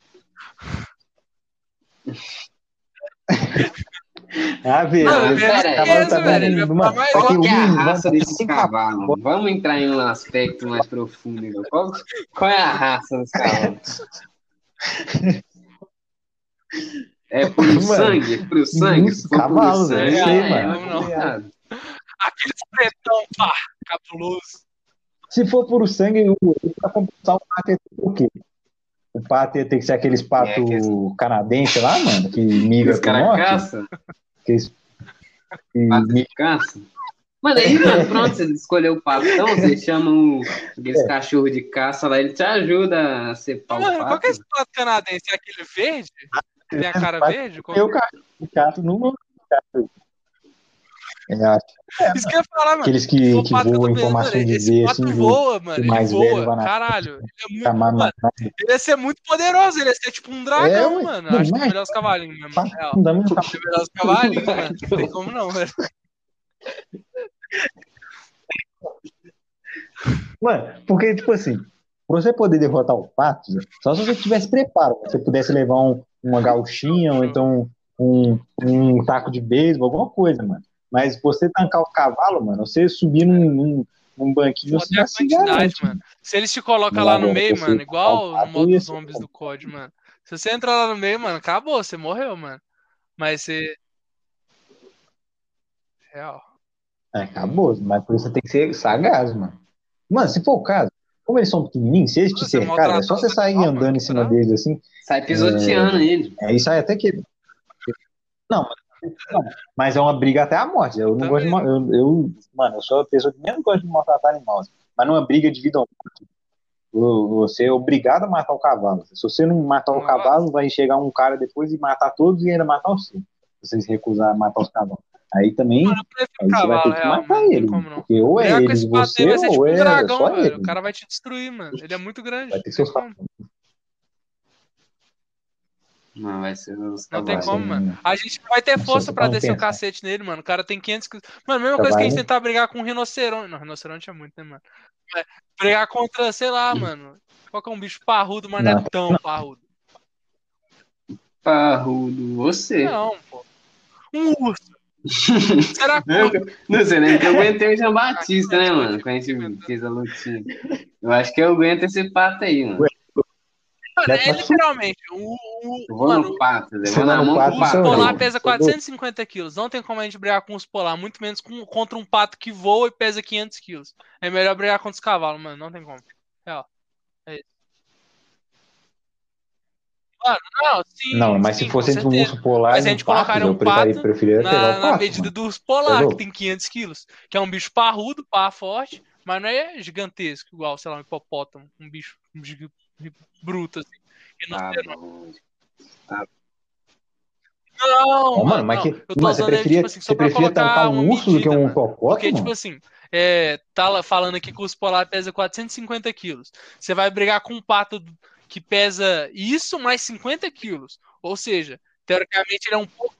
[SPEAKER 1] Ah, velho.
[SPEAKER 3] Mano,
[SPEAKER 1] esse
[SPEAKER 2] pera aí.
[SPEAKER 1] cavalo tá
[SPEAKER 3] Isso, é velho, ele vai
[SPEAKER 1] vendo,
[SPEAKER 3] pra
[SPEAKER 1] mano.
[SPEAKER 3] mais
[SPEAKER 1] Só que
[SPEAKER 2] Qual
[SPEAKER 1] o
[SPEAKER 2] que é a
[SPEAKER 1] Lino
[SPEAKER 2] raça
[SPEAKER 1] vai
[SPEAKER 2] desses
[SPEAKER 1] sem cavalo.
[SPEAKER 2] cavalos? Vamos entrar em um aspecto mais profundo. Então. Qual, qual é a raça dos cavalos? É puro
[SPEAKER 1] Mano,
[SPEAKER 2] sangue? É puro sangue?
[SPEAKER 1] muito
[SPEAKER 2] Se for puro
[SPEAKER 1] cavalo,
[SPEAKER 2] sangue,
[SPEAKER 1] velho,
[SPEAKER 3] eu sei,
[SPEAKER 2] é,
[SPEAKER 1] mano.
[SPEAKER 2] é complicado.
[SPEAKER 3] Aquele pretão, pá, cabuloso.
[SPEAKER 1] Se for puro sangue, o- pra compensar o pato ia ter o quê? O pato ia ter que ser aqueles pato
[SPEAKER 2] É, aqueles-
[SPEAKER 1] canadense lá, mano, que migra
[SPEAKER 2] Os
[SPEAKER 1] pro
[SPEAKER 2] caras
[SPEAKER 1] norte.
[SPEAKER 2] caçam?
[SPEAKER 1] Aqueles... que
[SPEAKER 2] Pato
[SPEAKER 1] migra-
[SPEAKER 2] de caça? Mano, aí, mano, pronto, você escolheu o patão, você chama o,
[SPEAKER 1] É.
[SPEAKER 2] aqueles cachorros de caça lá, ele te ajuda a
[SPEAKER 1] Tá um
[SPEAKER 2] cepar o
[SPEAKER 3] Mano, qual que é
[SPEAKER 2] pato.
[SPEAKER 3] esse pato canadense? É aquele verde?
[SPEAKER 1] é um
[SPEAKER 3] Que Tem a cara
[SPEAKER 1] Pato-
[SPEAKER 3] verde? Qual-
[SPEAKER 1] Eu cato, cato no Eu acho.
[SPEAKER 3] Isso que eu ia falar, mano.
[SPEAKER 1] É, Aqueles que,
[SPEAKER 3] O
[SPEAKER 1] que
[SPEAKER 3] pato
[SPEAKER 1] voam
[SPEAKER 3] do
[SPEAKER 1] em
[SPEAKER 3] Pedro,
[SPEAKER 1] formação
[SPEAKER 3] mano,
[SPEAKER 1] de
[SPEAKER 3] esse
[SPEAKER 1] V,
[SPEAKER 3] pato
[SPEAKER 1] assim,
[SPEAKER 3] voa, mano. Ele
[SPEAKER 1] mais velho
[SPEAKER 3] voa,
[SPEAKER 1] vai na Tá
[SPEAKER 3] caralho. Ele é muito,
[SPEAKER 1] chamar
[SPEAKER 3] mano, ele ia ser muito poderoso, ele ia ser tipo um dragão,
[SPEAKER 1] É,
[SPEAKER 3] mano.
[SPEAKER 1] não
[SPEAKER 3] Acho que é
[SPEAKER 1] mais,
[SPEAKER 3] melhor os cavalinhos mesmo. na real.
[SPEAKER 1] fundamental.
[SPEAKER 3] É melhor os cavalinhos, mano. Não tem como não, velho.
[SPEAKER 1] Mano, porque, tipo assim, pra você poder derrotar o pato, Zé, só se você tivesse preparo, né? se você pudesse levar um, uma gauchinha ou então um, um taco de beisebol, alguma coisa, mano. Mas você tancar o cavalo, mano, você subir num, num, num banquinho,
[SPEAKER 3] Foda
[SPEAKER 1] você
[SPEAKER 3] é a
[SPEAKER 1] já se
[SPEAKER 3] quantidade,
[SPEAKER 1] garante.
[SPEAKER 3] mano. Se eles te colocam
[SPEAKER 1] Não,
[SPEAKER 3] lá no
[SPEAKER 1] agora
[SPEAKER 3] meio,
[SPEAKER 1] você
[SPEAKER 3] mano, igual
[SPEAKER 1] tá
[SPEAKER 3] no modo
[SPEAKER 1] isso,
[SPEAKER 3] zombies
[SPEAKER 1] cara.
[SPEAKER 3] do COD, mano. Se você entrar lá no meio, mano, acabou, você morreu, mano. Mas você. Real.
[SPEAKER 1] É, acabou, mas por isso você tem que ser sagaz, mano. Mano, se for o caso, como eles são pequenininhos, se eles te
[SPEAKER 3] Você
[SPEAKER 1] cercarem, é só você sair
[SPEAKER 3] maltrata o
[SPEAKER 1] andando em
[SPEAKER 3] animal,
[SPEAKER 1] cima
[SPEAKER 3] né?
[SPEAKER 1] deles assim,
[SPEAKER 2] Sai pisoteando ele.
[SPEAKER 1] É isso aí, até que. Não, mas- não, mas é uma briga até a morte. Eu não
[SPEAKER 3] Também.
[SPEAKER 1] gosto de. ma- Eu, eu- mano, eu sou a pessoa que menos gosta de maltratar animais. Mas numa briga de vida ou morte, vo- você é obrigado a matar o cavalo. Se você não matar o
[SPEAKER 3] Nossa.
[SPEAKER 1] cavalo, vai chegar um cara depois e matar todos e ainda matar o seu. Se você se recusar a matar os cavalos. Aí também.
[SPEAKER 3] Mano, eu prefiro
[SPEAKER 1] Aí você vai
[SPEAKER 3] cavalo,
[SPEAKER 1] ter que
[SPEAKER 3] real,
[SPEAKER 1] matar
[SPEAKER 3] mano. Não tem
[SPEAKER 1] ele.
[SPEAKER 3] como não.
[SPEAKER 1] Porque ou é
[SPEAKER 3] Brigar com
[SPEAKER 1] ele de
[SPEAKER 3] esse pato aí
[SPEAKER 1] você,
[SPEAKER 3] vai ser tipo
[SPEAKER 1] ou
[SPEAKER 3] um
[SPEAKER 1] é
[SPEAKER 3] dragão,
[SPEAKER 1] só
[SPEAKER 3] velho.
[SPEAKER 1] ele.
[SPEAKER 3] O cara vai te destruir, mano. Ele é muito grande.
[SPEAKER 1] Vai ter que
[SPEAKER 3] não tem
[SPEAKER 1] ser um os
[SPEAKER 3] como.
[SPEAKER 2] Não, vai ser os
[SPEAKER 3] Não tem
[SPEAKER 2] cavalos.
[SPEAKER 3] como, mano. A gente não vai ter
[SPEAKER 1] Nossa,
[SPEAKER 3] força
[SPEAKER 1] eu tô
[SPEAKER 3] pra
[SPEAKER 1] tão
[SPEAKER 3] descer o
[SPEAKER 1] pensando.
[SPEAKER 3] cacete nele, mano. O cara tem 500. que- Mano, mesma
[SPEAKER 1] Tá
[SPEAKER 3] coisa
[SPEAKER 1] vai,
[SPEAKER 3] que a gente
[SPEAKER 1] né?
[SPEAKER 3] tentar brigar com um rinoceronte. Não, rinoceronte é muito, né, mano? Mas brigar contra, sei lá, mano. Qual que é um bicho parrudo, mas não,
[SPEAKER 1] Não,
[SPEAKER 3] é tão parrudo?
[SPEAKER 2] Parrudo, você.
[SPEAKER 3] Não, pô. Um urso. Será que um urso
[SPEAKER 2] Não sei, né? Porque eu aguentei o Jean Batista, né, mano? Quando a gente fez a lutinha. Eu acho que é eu aguento esse pato aí, mano.
[SPEAKER 3] mano,
[SPEAKER 1] Deve
[SPEAKER 3] é
[SPEAKER 1] tá-
[SPEAKER 3] literalmente? Um, um,
[SPEAKER 2] Eu vou
[SPEAKER 3] mano,
[SPEAKER 2] no pato, eu
[SPEAKER 1] Você
[SPEAKER 2] vou
[SPEAKER 1] vai
[SPEAKER 2] na
[SPEAKER 1] no
[SPEAKER 2] mão
[SPEAKER 1] pato,
[SPEAKER 2] do
[SPEAKER 3] O urso
[SPEAKER 1] você
[SPEAKER 2] pato.
[SPEAKER 1] vai.
[SPEAKER 3] polar
[SPEAKER 1] Não,
[SPEAKER 3] pesa
[SPEAKER 1] tá louco.
[SPEAKER 3] 450 quilos. Não tem como a gente brigar com os polar, muito menos com, contra um pato que voa e pesa 500 quilos. É melhor brigar contra os cavalos, mano. Não tem como. É, ó. É isso. Mano, não, sim.
[SPEAKER 1] Não, mas se
[SPEAKER 3] sim,
[SPEAKER 1] fosse
[SPEAKER 3] com
[SPEAKER 1] entre um
[SPEAKER 3] certeza.
[SPEAKER 1] urso polar
[SPEAKER 3] Mas se a
[SPEAKER 1] e um
[SPEAKER 3] gente colocar
[SPEAKER 1] pato,
[SPEAKER 3] um
[SPEAKER 1] eu preferia,
[SPEAKER 3] pato
[SPEAKER 1] preferia pegar
[SPEAKER 3] na,
[SPEAKER 1] o
[SPEAKER 3] na
[SPEAKER 1] pato,
[SPEAKER 3] medida
[SPEAKER 1] mano.
[SPEAKER 3] do urso
[SPEAKER 1] Tá
[SPEAKER 3] polar, que
[SPEAKER 1] louco?
[SPEAKER 3] tem 500 quilos. Que é um bicho parrudo, pá, forte, mas não é gigantesco, igual, sei lá, um hipopótamo. Um bicho, um bicho bruto, assim. Que não
[SPEAKER 1] Ah,
[SPEAKER 2] Tá
[SPEAKER 3] sei-
[SPEAKER 2] bom.
[SPEAKER 3] Não,
[SPEAKER 1] Ó, mano,
[SPEAKER 3] mano,
[SPEAKER 1] mas
[SPEAKER 3] não.
[SPEAKER 1] que,
[SPEAKER 3] Eu tô
[SPEAKER 1] mano, você
[SPEAKER 3] usando ele,
[SPEAKER 1] preferia,
[SPEAKER 3] tipo assim, só
[SPEAKER 1] você
[SPEAKER 3] pra
[SPEAKER 1] preferia
[SPEAKER 3] colocar
[SPEAKER 1] tancar
[SPEAKER 3] uma
[SPEAKER 1] um urso do que
[SPEAKER 3] medida,
[SPEAKER 1] um
[SPEAKER 3] mano. Porque,
[SPEAKER 1] hipopótamo?
[SPEAKER 3] tipo assim, é, tá lá falando aqui que o urso polar pesa 450 quilos. Você vai brigar com um pato que pesa isso mais 50 quilos. Ou seja, teoricamente ele é um pouco.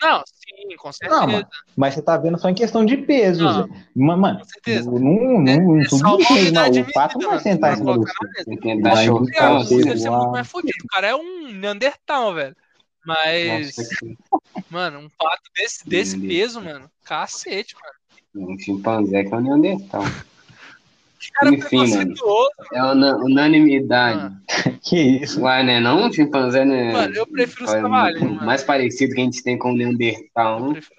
[SPEAKER 3] Não, sim, com certeza.
[SPEAKER 1] Não, mano. Mas você tá vendo só em questão de peso,
[SPEAKER 3] Não.
[SPEAKER 1] Zé. Mas, mano,
[SPEAKER 3] Com certeza.
[SPEAKER 1] não, não,
[SPEAKER 3] É
[SPEAKER 1] tudo
[SPEAKER 3] só uma
[SPEAKER 1] não chega,
[SPEAKER 3] unidade
[SPEAKER 1] não.
[SPEAKER 3] de
[SPEAKER 1] O pato não vai
[SPEAKER 3] medida,
[SPEAKER 1] sentar em cima
[SPEAKER 3] mano.
[SPEAKER 1] do
[SPEAKER 3] Colocar
[SPEAKER 1] urso.
[SPEAKER 3] na mesa.
[SPEAKER 2] Tem que
[SPEAKER 1] Ele
[SPEAKER 2] tentar
[SPEAKER 1] vai
[SPEAKER 3] É,
[SPEAKER 1] buscar
[SPEAKER 2] chocar
[SPEAKER 3] o
[SPEAKER 1] o
[SPEAKER 3] urso
[SPEAKER 2] você.
[SPEAKER 3] deve ser muito
[SPEAKER 1] peso lá.
[SPEAKER 3] mais fodido. O cara é um Neandertal, velho. Mas, mano, um pato desse, desse
[SPEAKER 2] Neandertal.
[SPEAKER 3] peso, mano, cacete, mano.
[SPEAKER 2] Um chimpanzé que é um neandertal.
[SPEAKER 3] O cara é
[SPEAKER 2] Enfim, mano.
[SPEAKER 3] preconceituoso,
[SPEAKER 2] É una- unanimidade.
[SPEAKER 1] Que isso?
[SPEAKER 2] Uai, né? Não, um chimpanzé,
[SPEAKER 1] É,
[SPEAKER 2] né?
[SPEAKER 3] Ah. Mano, eu prefiro os
[SPEAKER 2] Faz-
[SPEAKER 3] cavalinhos, mano.
[SPEAKER 2] Mais parecido que a gente tem com o neandertal.
[SPEAKER 3] Eu
[SPEAKER 2] né?
[SPEAKER 3] prefiro-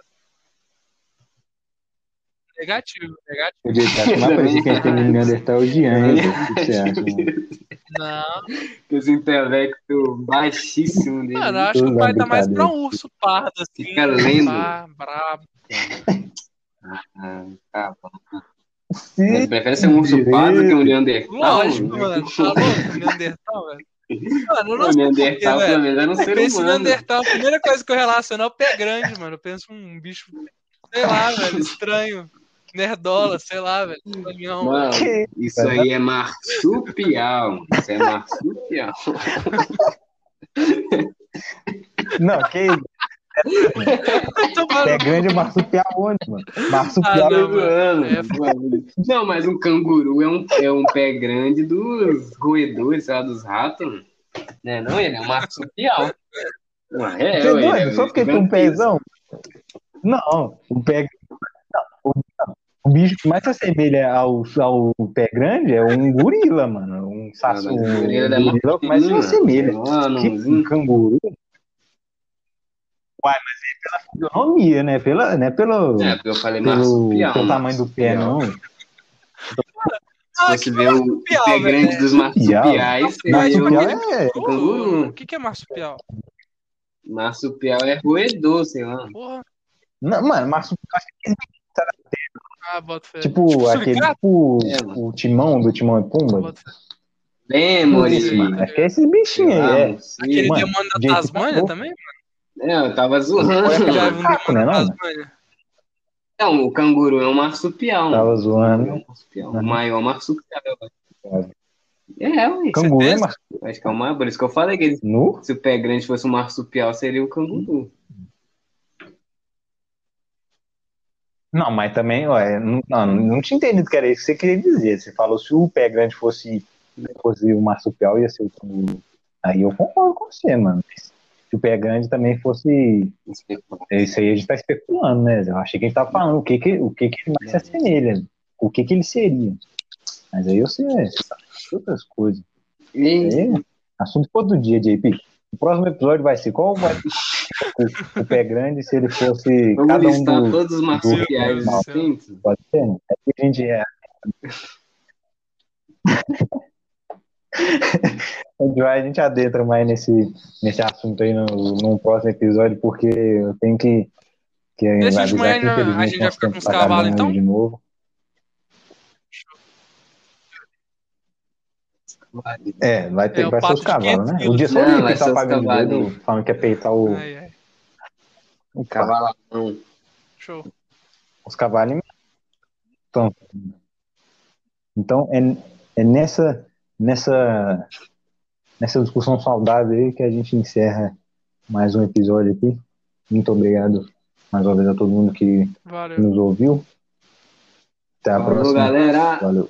[SPEAKER 3] Negativo, negativo.
[SPEAKER 1] Eu diria que acho que mais parecido que a gente tem no Neandertal é o Diane. O que você acha, mano?
[SPEAKER 3] Não,
[SPEAKER 2] Com Esse intelecto baixíssimo dele.
[SPEAKER 3] mano, eu acho que o
[SPEAKER 1] Tudo
[SPEAKER 3] pai
[SPEAKER 1] na
[SPEAKER 3] tá mais pra
[SPEAKER 1] brincadeira.
[SPEAKER 3] um urso pardo, assim.
[SPEAKER 2] Fica lendo.
[SPEAKER 3] Pá, brabo.
[SPEAKER 2] Ah, tá bom. Ele
[SPEAKER 1] Sim,
[SPEAKER 2] prefere ser um urso pardo que um neandertal?
[SPEAKER 3] Lógico,
[SPEAKER 2] né?
[SPEAKER 3] mano. Tá louco, Neandertal, velho. Mano, eu
[SPEAKER 2] O
[SPEAKER 3] não sei porquê,
[SPEAKER 2] neandertal,
[SPEAKER 3] velho.
[SPEAKER 2] pelo menos, era um
[SPEAKER 3] Eu
[SPEAKER 2] ser
[SPEAKER 3] penso em
[SPEAKER 2] humano.
[SPEAKER 3] Neandertal, a primeira coisa que eu relaciono é o pé grande, mano. Eu penso um bicho, sei lá, velho, estranho. Nerdola, sei lá, velho. Espanhol.
[SPEAKER 2] Mano,
[SPEAKER 1] Que
[SPEAKER 2] isso aí é marsupial. Isso é marsupial.
[SPEAKER 1] Não, que isso? É grande é marsupial onde, mano? Marsupial
[SPEAKER 3] Ah, não.
[SPEAKER 1] é
[SPEAKER 2] Tô zoando, mano. Não, mas um canguru é um, é um pé grande dos roedores, sei lá, dos ratos. Né? Não, ele é um marsupial. Ué, é,
[SPEAKER 1] Você é
[SPEAKER 2] ué, ele é
[SPEAKER 1] doido? Só porque tem um
[SPEAKER 2] gigantesco.
[SPEAKER 1] pezão? Não, o pé. Não, o, não. O bicho que mais se assemelha ao, ao pé grande é um gorila, mano. Um saço.
[SPEAKER 2] Ah,
[SPEAKER 1] Um
[SPEAKER 2] mas o
[SPEAKER 1] gorila
[SPEAKER 2] gorila é mais
[SPEAKER 1] é o que mais se
[SPEAKER 2] pequenininho,
[SPEAKER 1] assemelha.
[SPEAKER 2] mano. Ah, não,
[SPEAKER 1] Que um
[SPEAKER 2] não.
[SPEAKER 1] canguru. Uai, mas é pela fisionomia, né? Pela, né? Pelo,
[SPEAKER 2] É, porque eu falei
[SPEAKER 1] pelo,
[SPEAKER 2] marsupial.
[SPEAKER 1] pelo tamanho do pé,
[SPEAKER 2] marsupial.
[SPEAKER 1] não.
[SPEAKER 3] Ah,
[SPEAKER 2] Se
[SPEAKER 3] que
[SPEAKER 2] você vê o o
[SPEAKER 3] marsupial,
[SPEAKER 2] pé
[SPEAKER 3] velho.
[SPEAKER 2] grande dos marsupiais,
[SPEAKER 3] Marsupial.
[SPEAKER 2] seria o-
[SPEAKER 1] Marsupial é.
[SPEAKER 2] um
[SPEAKER 3] Ô, uh, O que que é marsupial?
[SPEAKER 2] marsupial é roedor, sei lá.
[SPEAKER 3] Porra.
[SPEAKER 1] Não, mano, marsupial
[SPEAKER 3] Ah, bota fé.
[SPEAKER 1] é tipo, aquele.
[SPEAKER 3] suricato?
[SPEAKER 1] Tipo,
[SPEAKER 2] É, mano.
[SPEAKER 1] o timão do Timão e Pumba.
[SPEAKER 3] Bota fé.
[SPEAKER 2] Lemur,
[SPEAKER 1] Esse,
[SPEAKER 2] esse,
[SPEAKER 1] mano. Acho que é esses bichinhos aí. É.
[SPEAKER 2] Sim,
[SPEAKER 3] Aquele
[SPEAKER 1] mano,
[SPEAKER 3] demônio da
[SPEAKER 1] gente,
[SPEAKER 3] Tasmânia
[SPEAKER 1] tá
[SPEAKER 3] também?
[SPEAKER 2] É, É, eu tava zoando.
[SPEAKER 1] Foi aquele
[SPEAKER 3] Já
[SPEAKER 2] mano.
[SPEAKER 3] vi um
[SPEAKER 1] macaco, né, não?
[SPEAKER 3] Tasmânia.
[SPEAKER 2] Não, o canguru é um marsupial.
[SPEAKER 1] Tava zoando.
[SPEAKER 2] É um marsupial.
[SPEAKER 1] Uhum.
[SPEAKER 2] O maior marsupial. eu acho. É, ué,
[SPEAKER 1] Canguru é
[SPEAKER 3] certeza?
[SPEAKER 1] mas
[SPEAKER 2] acho que é o maior. Por isso que eu falei que ele-
[SPEAKER 1] nu?
[SPEAKER 2] se o pé grande fosse um marsupial, seria o canguru.
[SPEAKER 1] Não, mas também, ué, não, não, não tinha entendido que era isso que você queria dizer. Você falou se o pé grande fosse, fosse o marsupial, ia ser o canguru. Aí eu concordo com você, mano. Se o pé grande também fosse. Isso aí a gente tá especulando, né? Eu achei que ele tava falando o que que, o que, que ele mais se assemelha, o que que ele seria. Mas aí você, você tá achando outras coisas.
[SPEAKER 2] E,
[SPEAKER 1] É, assunto para outro dia, JP. O próximo episódio vai ser qual vai ser o pé grande se ele fosse
[SPEAKER 2] vamos
[SPEAKER 1] cada um
[SPEAKER 2] listar
[SPEAKER 1] do,
[SPEAKER 2] todos os marsupiais
[SPEAKER 3] do-
[SPEAKER 2] existentes?
[SPEAKER 1] pode ser, né? É que a gente é. A gente, vai, a gente adentra mais nesse, nesse assunto aí no, num próximo episódio, porque eu tenho que. que
[SPEAKER 3] Deixa
[SPEAKER 1] avisar
[SPEAKER 3] de manhã,
[SPEAKER 1] que,
[SPEAKER 3] né?
[SPEAKER 1] infelizmente,
[SPEAKER 3] A gente vai
[SPEAKER 1] nós
[SPEAKER 3] ficar
[SPEAKER 1] temos
[SPEAKER 3] com os
[SPEAKER 1] que pagar
[SPEAKER 3] cavalos,
[SPEAKER 1] amanhã
[SPEAKER 3] então?
[SPEAKER 1] De novo. É, vai ter
[SPEAKER 3] É, o
[SPEAKER 1] vai ser os
[SPEAKER 3] pato de
[SPEAKER 1] cavalos,
[SPEAKER 3] 500
[SPEAKER 1] né? O
[SPEAKER 3] quilos.
[SPEAKER 1] dia só
[SPEAKER 2] Não,
[SPEAKER 1] ele
[SPEAKER 2] vai
[SPEAKER 1] que
[SPEAKER 2] ser
[SPEAKER 1] tá
[SPEAKER 2] os
[SPEAKER 1] pagando de
[SPEAKER 2] cavalos.
[SPEAKER 1] doido, falando que é peitar o,
[SPEAKER 3] Ai, ai.
[SPEAKER 1] o cavalo.
[SPEAKER 2] Cavalão.
[SPEAKER 3] Show.
[SPEAKER 1] os cavalos então então é, é nessa nessa nessa discussão saudável aí que a gente encerra mais um episódio aqui muito obrigado mais uma vez a todo mundo que
[SPEAKER 3] Valeu.
[SPEAKER 1] nos ouviu até a
[SPEAKER 2] Falou,
[SPEAKER 1] próxima
[SPEAKER 2] galera.
[SPEAKER 1] valeu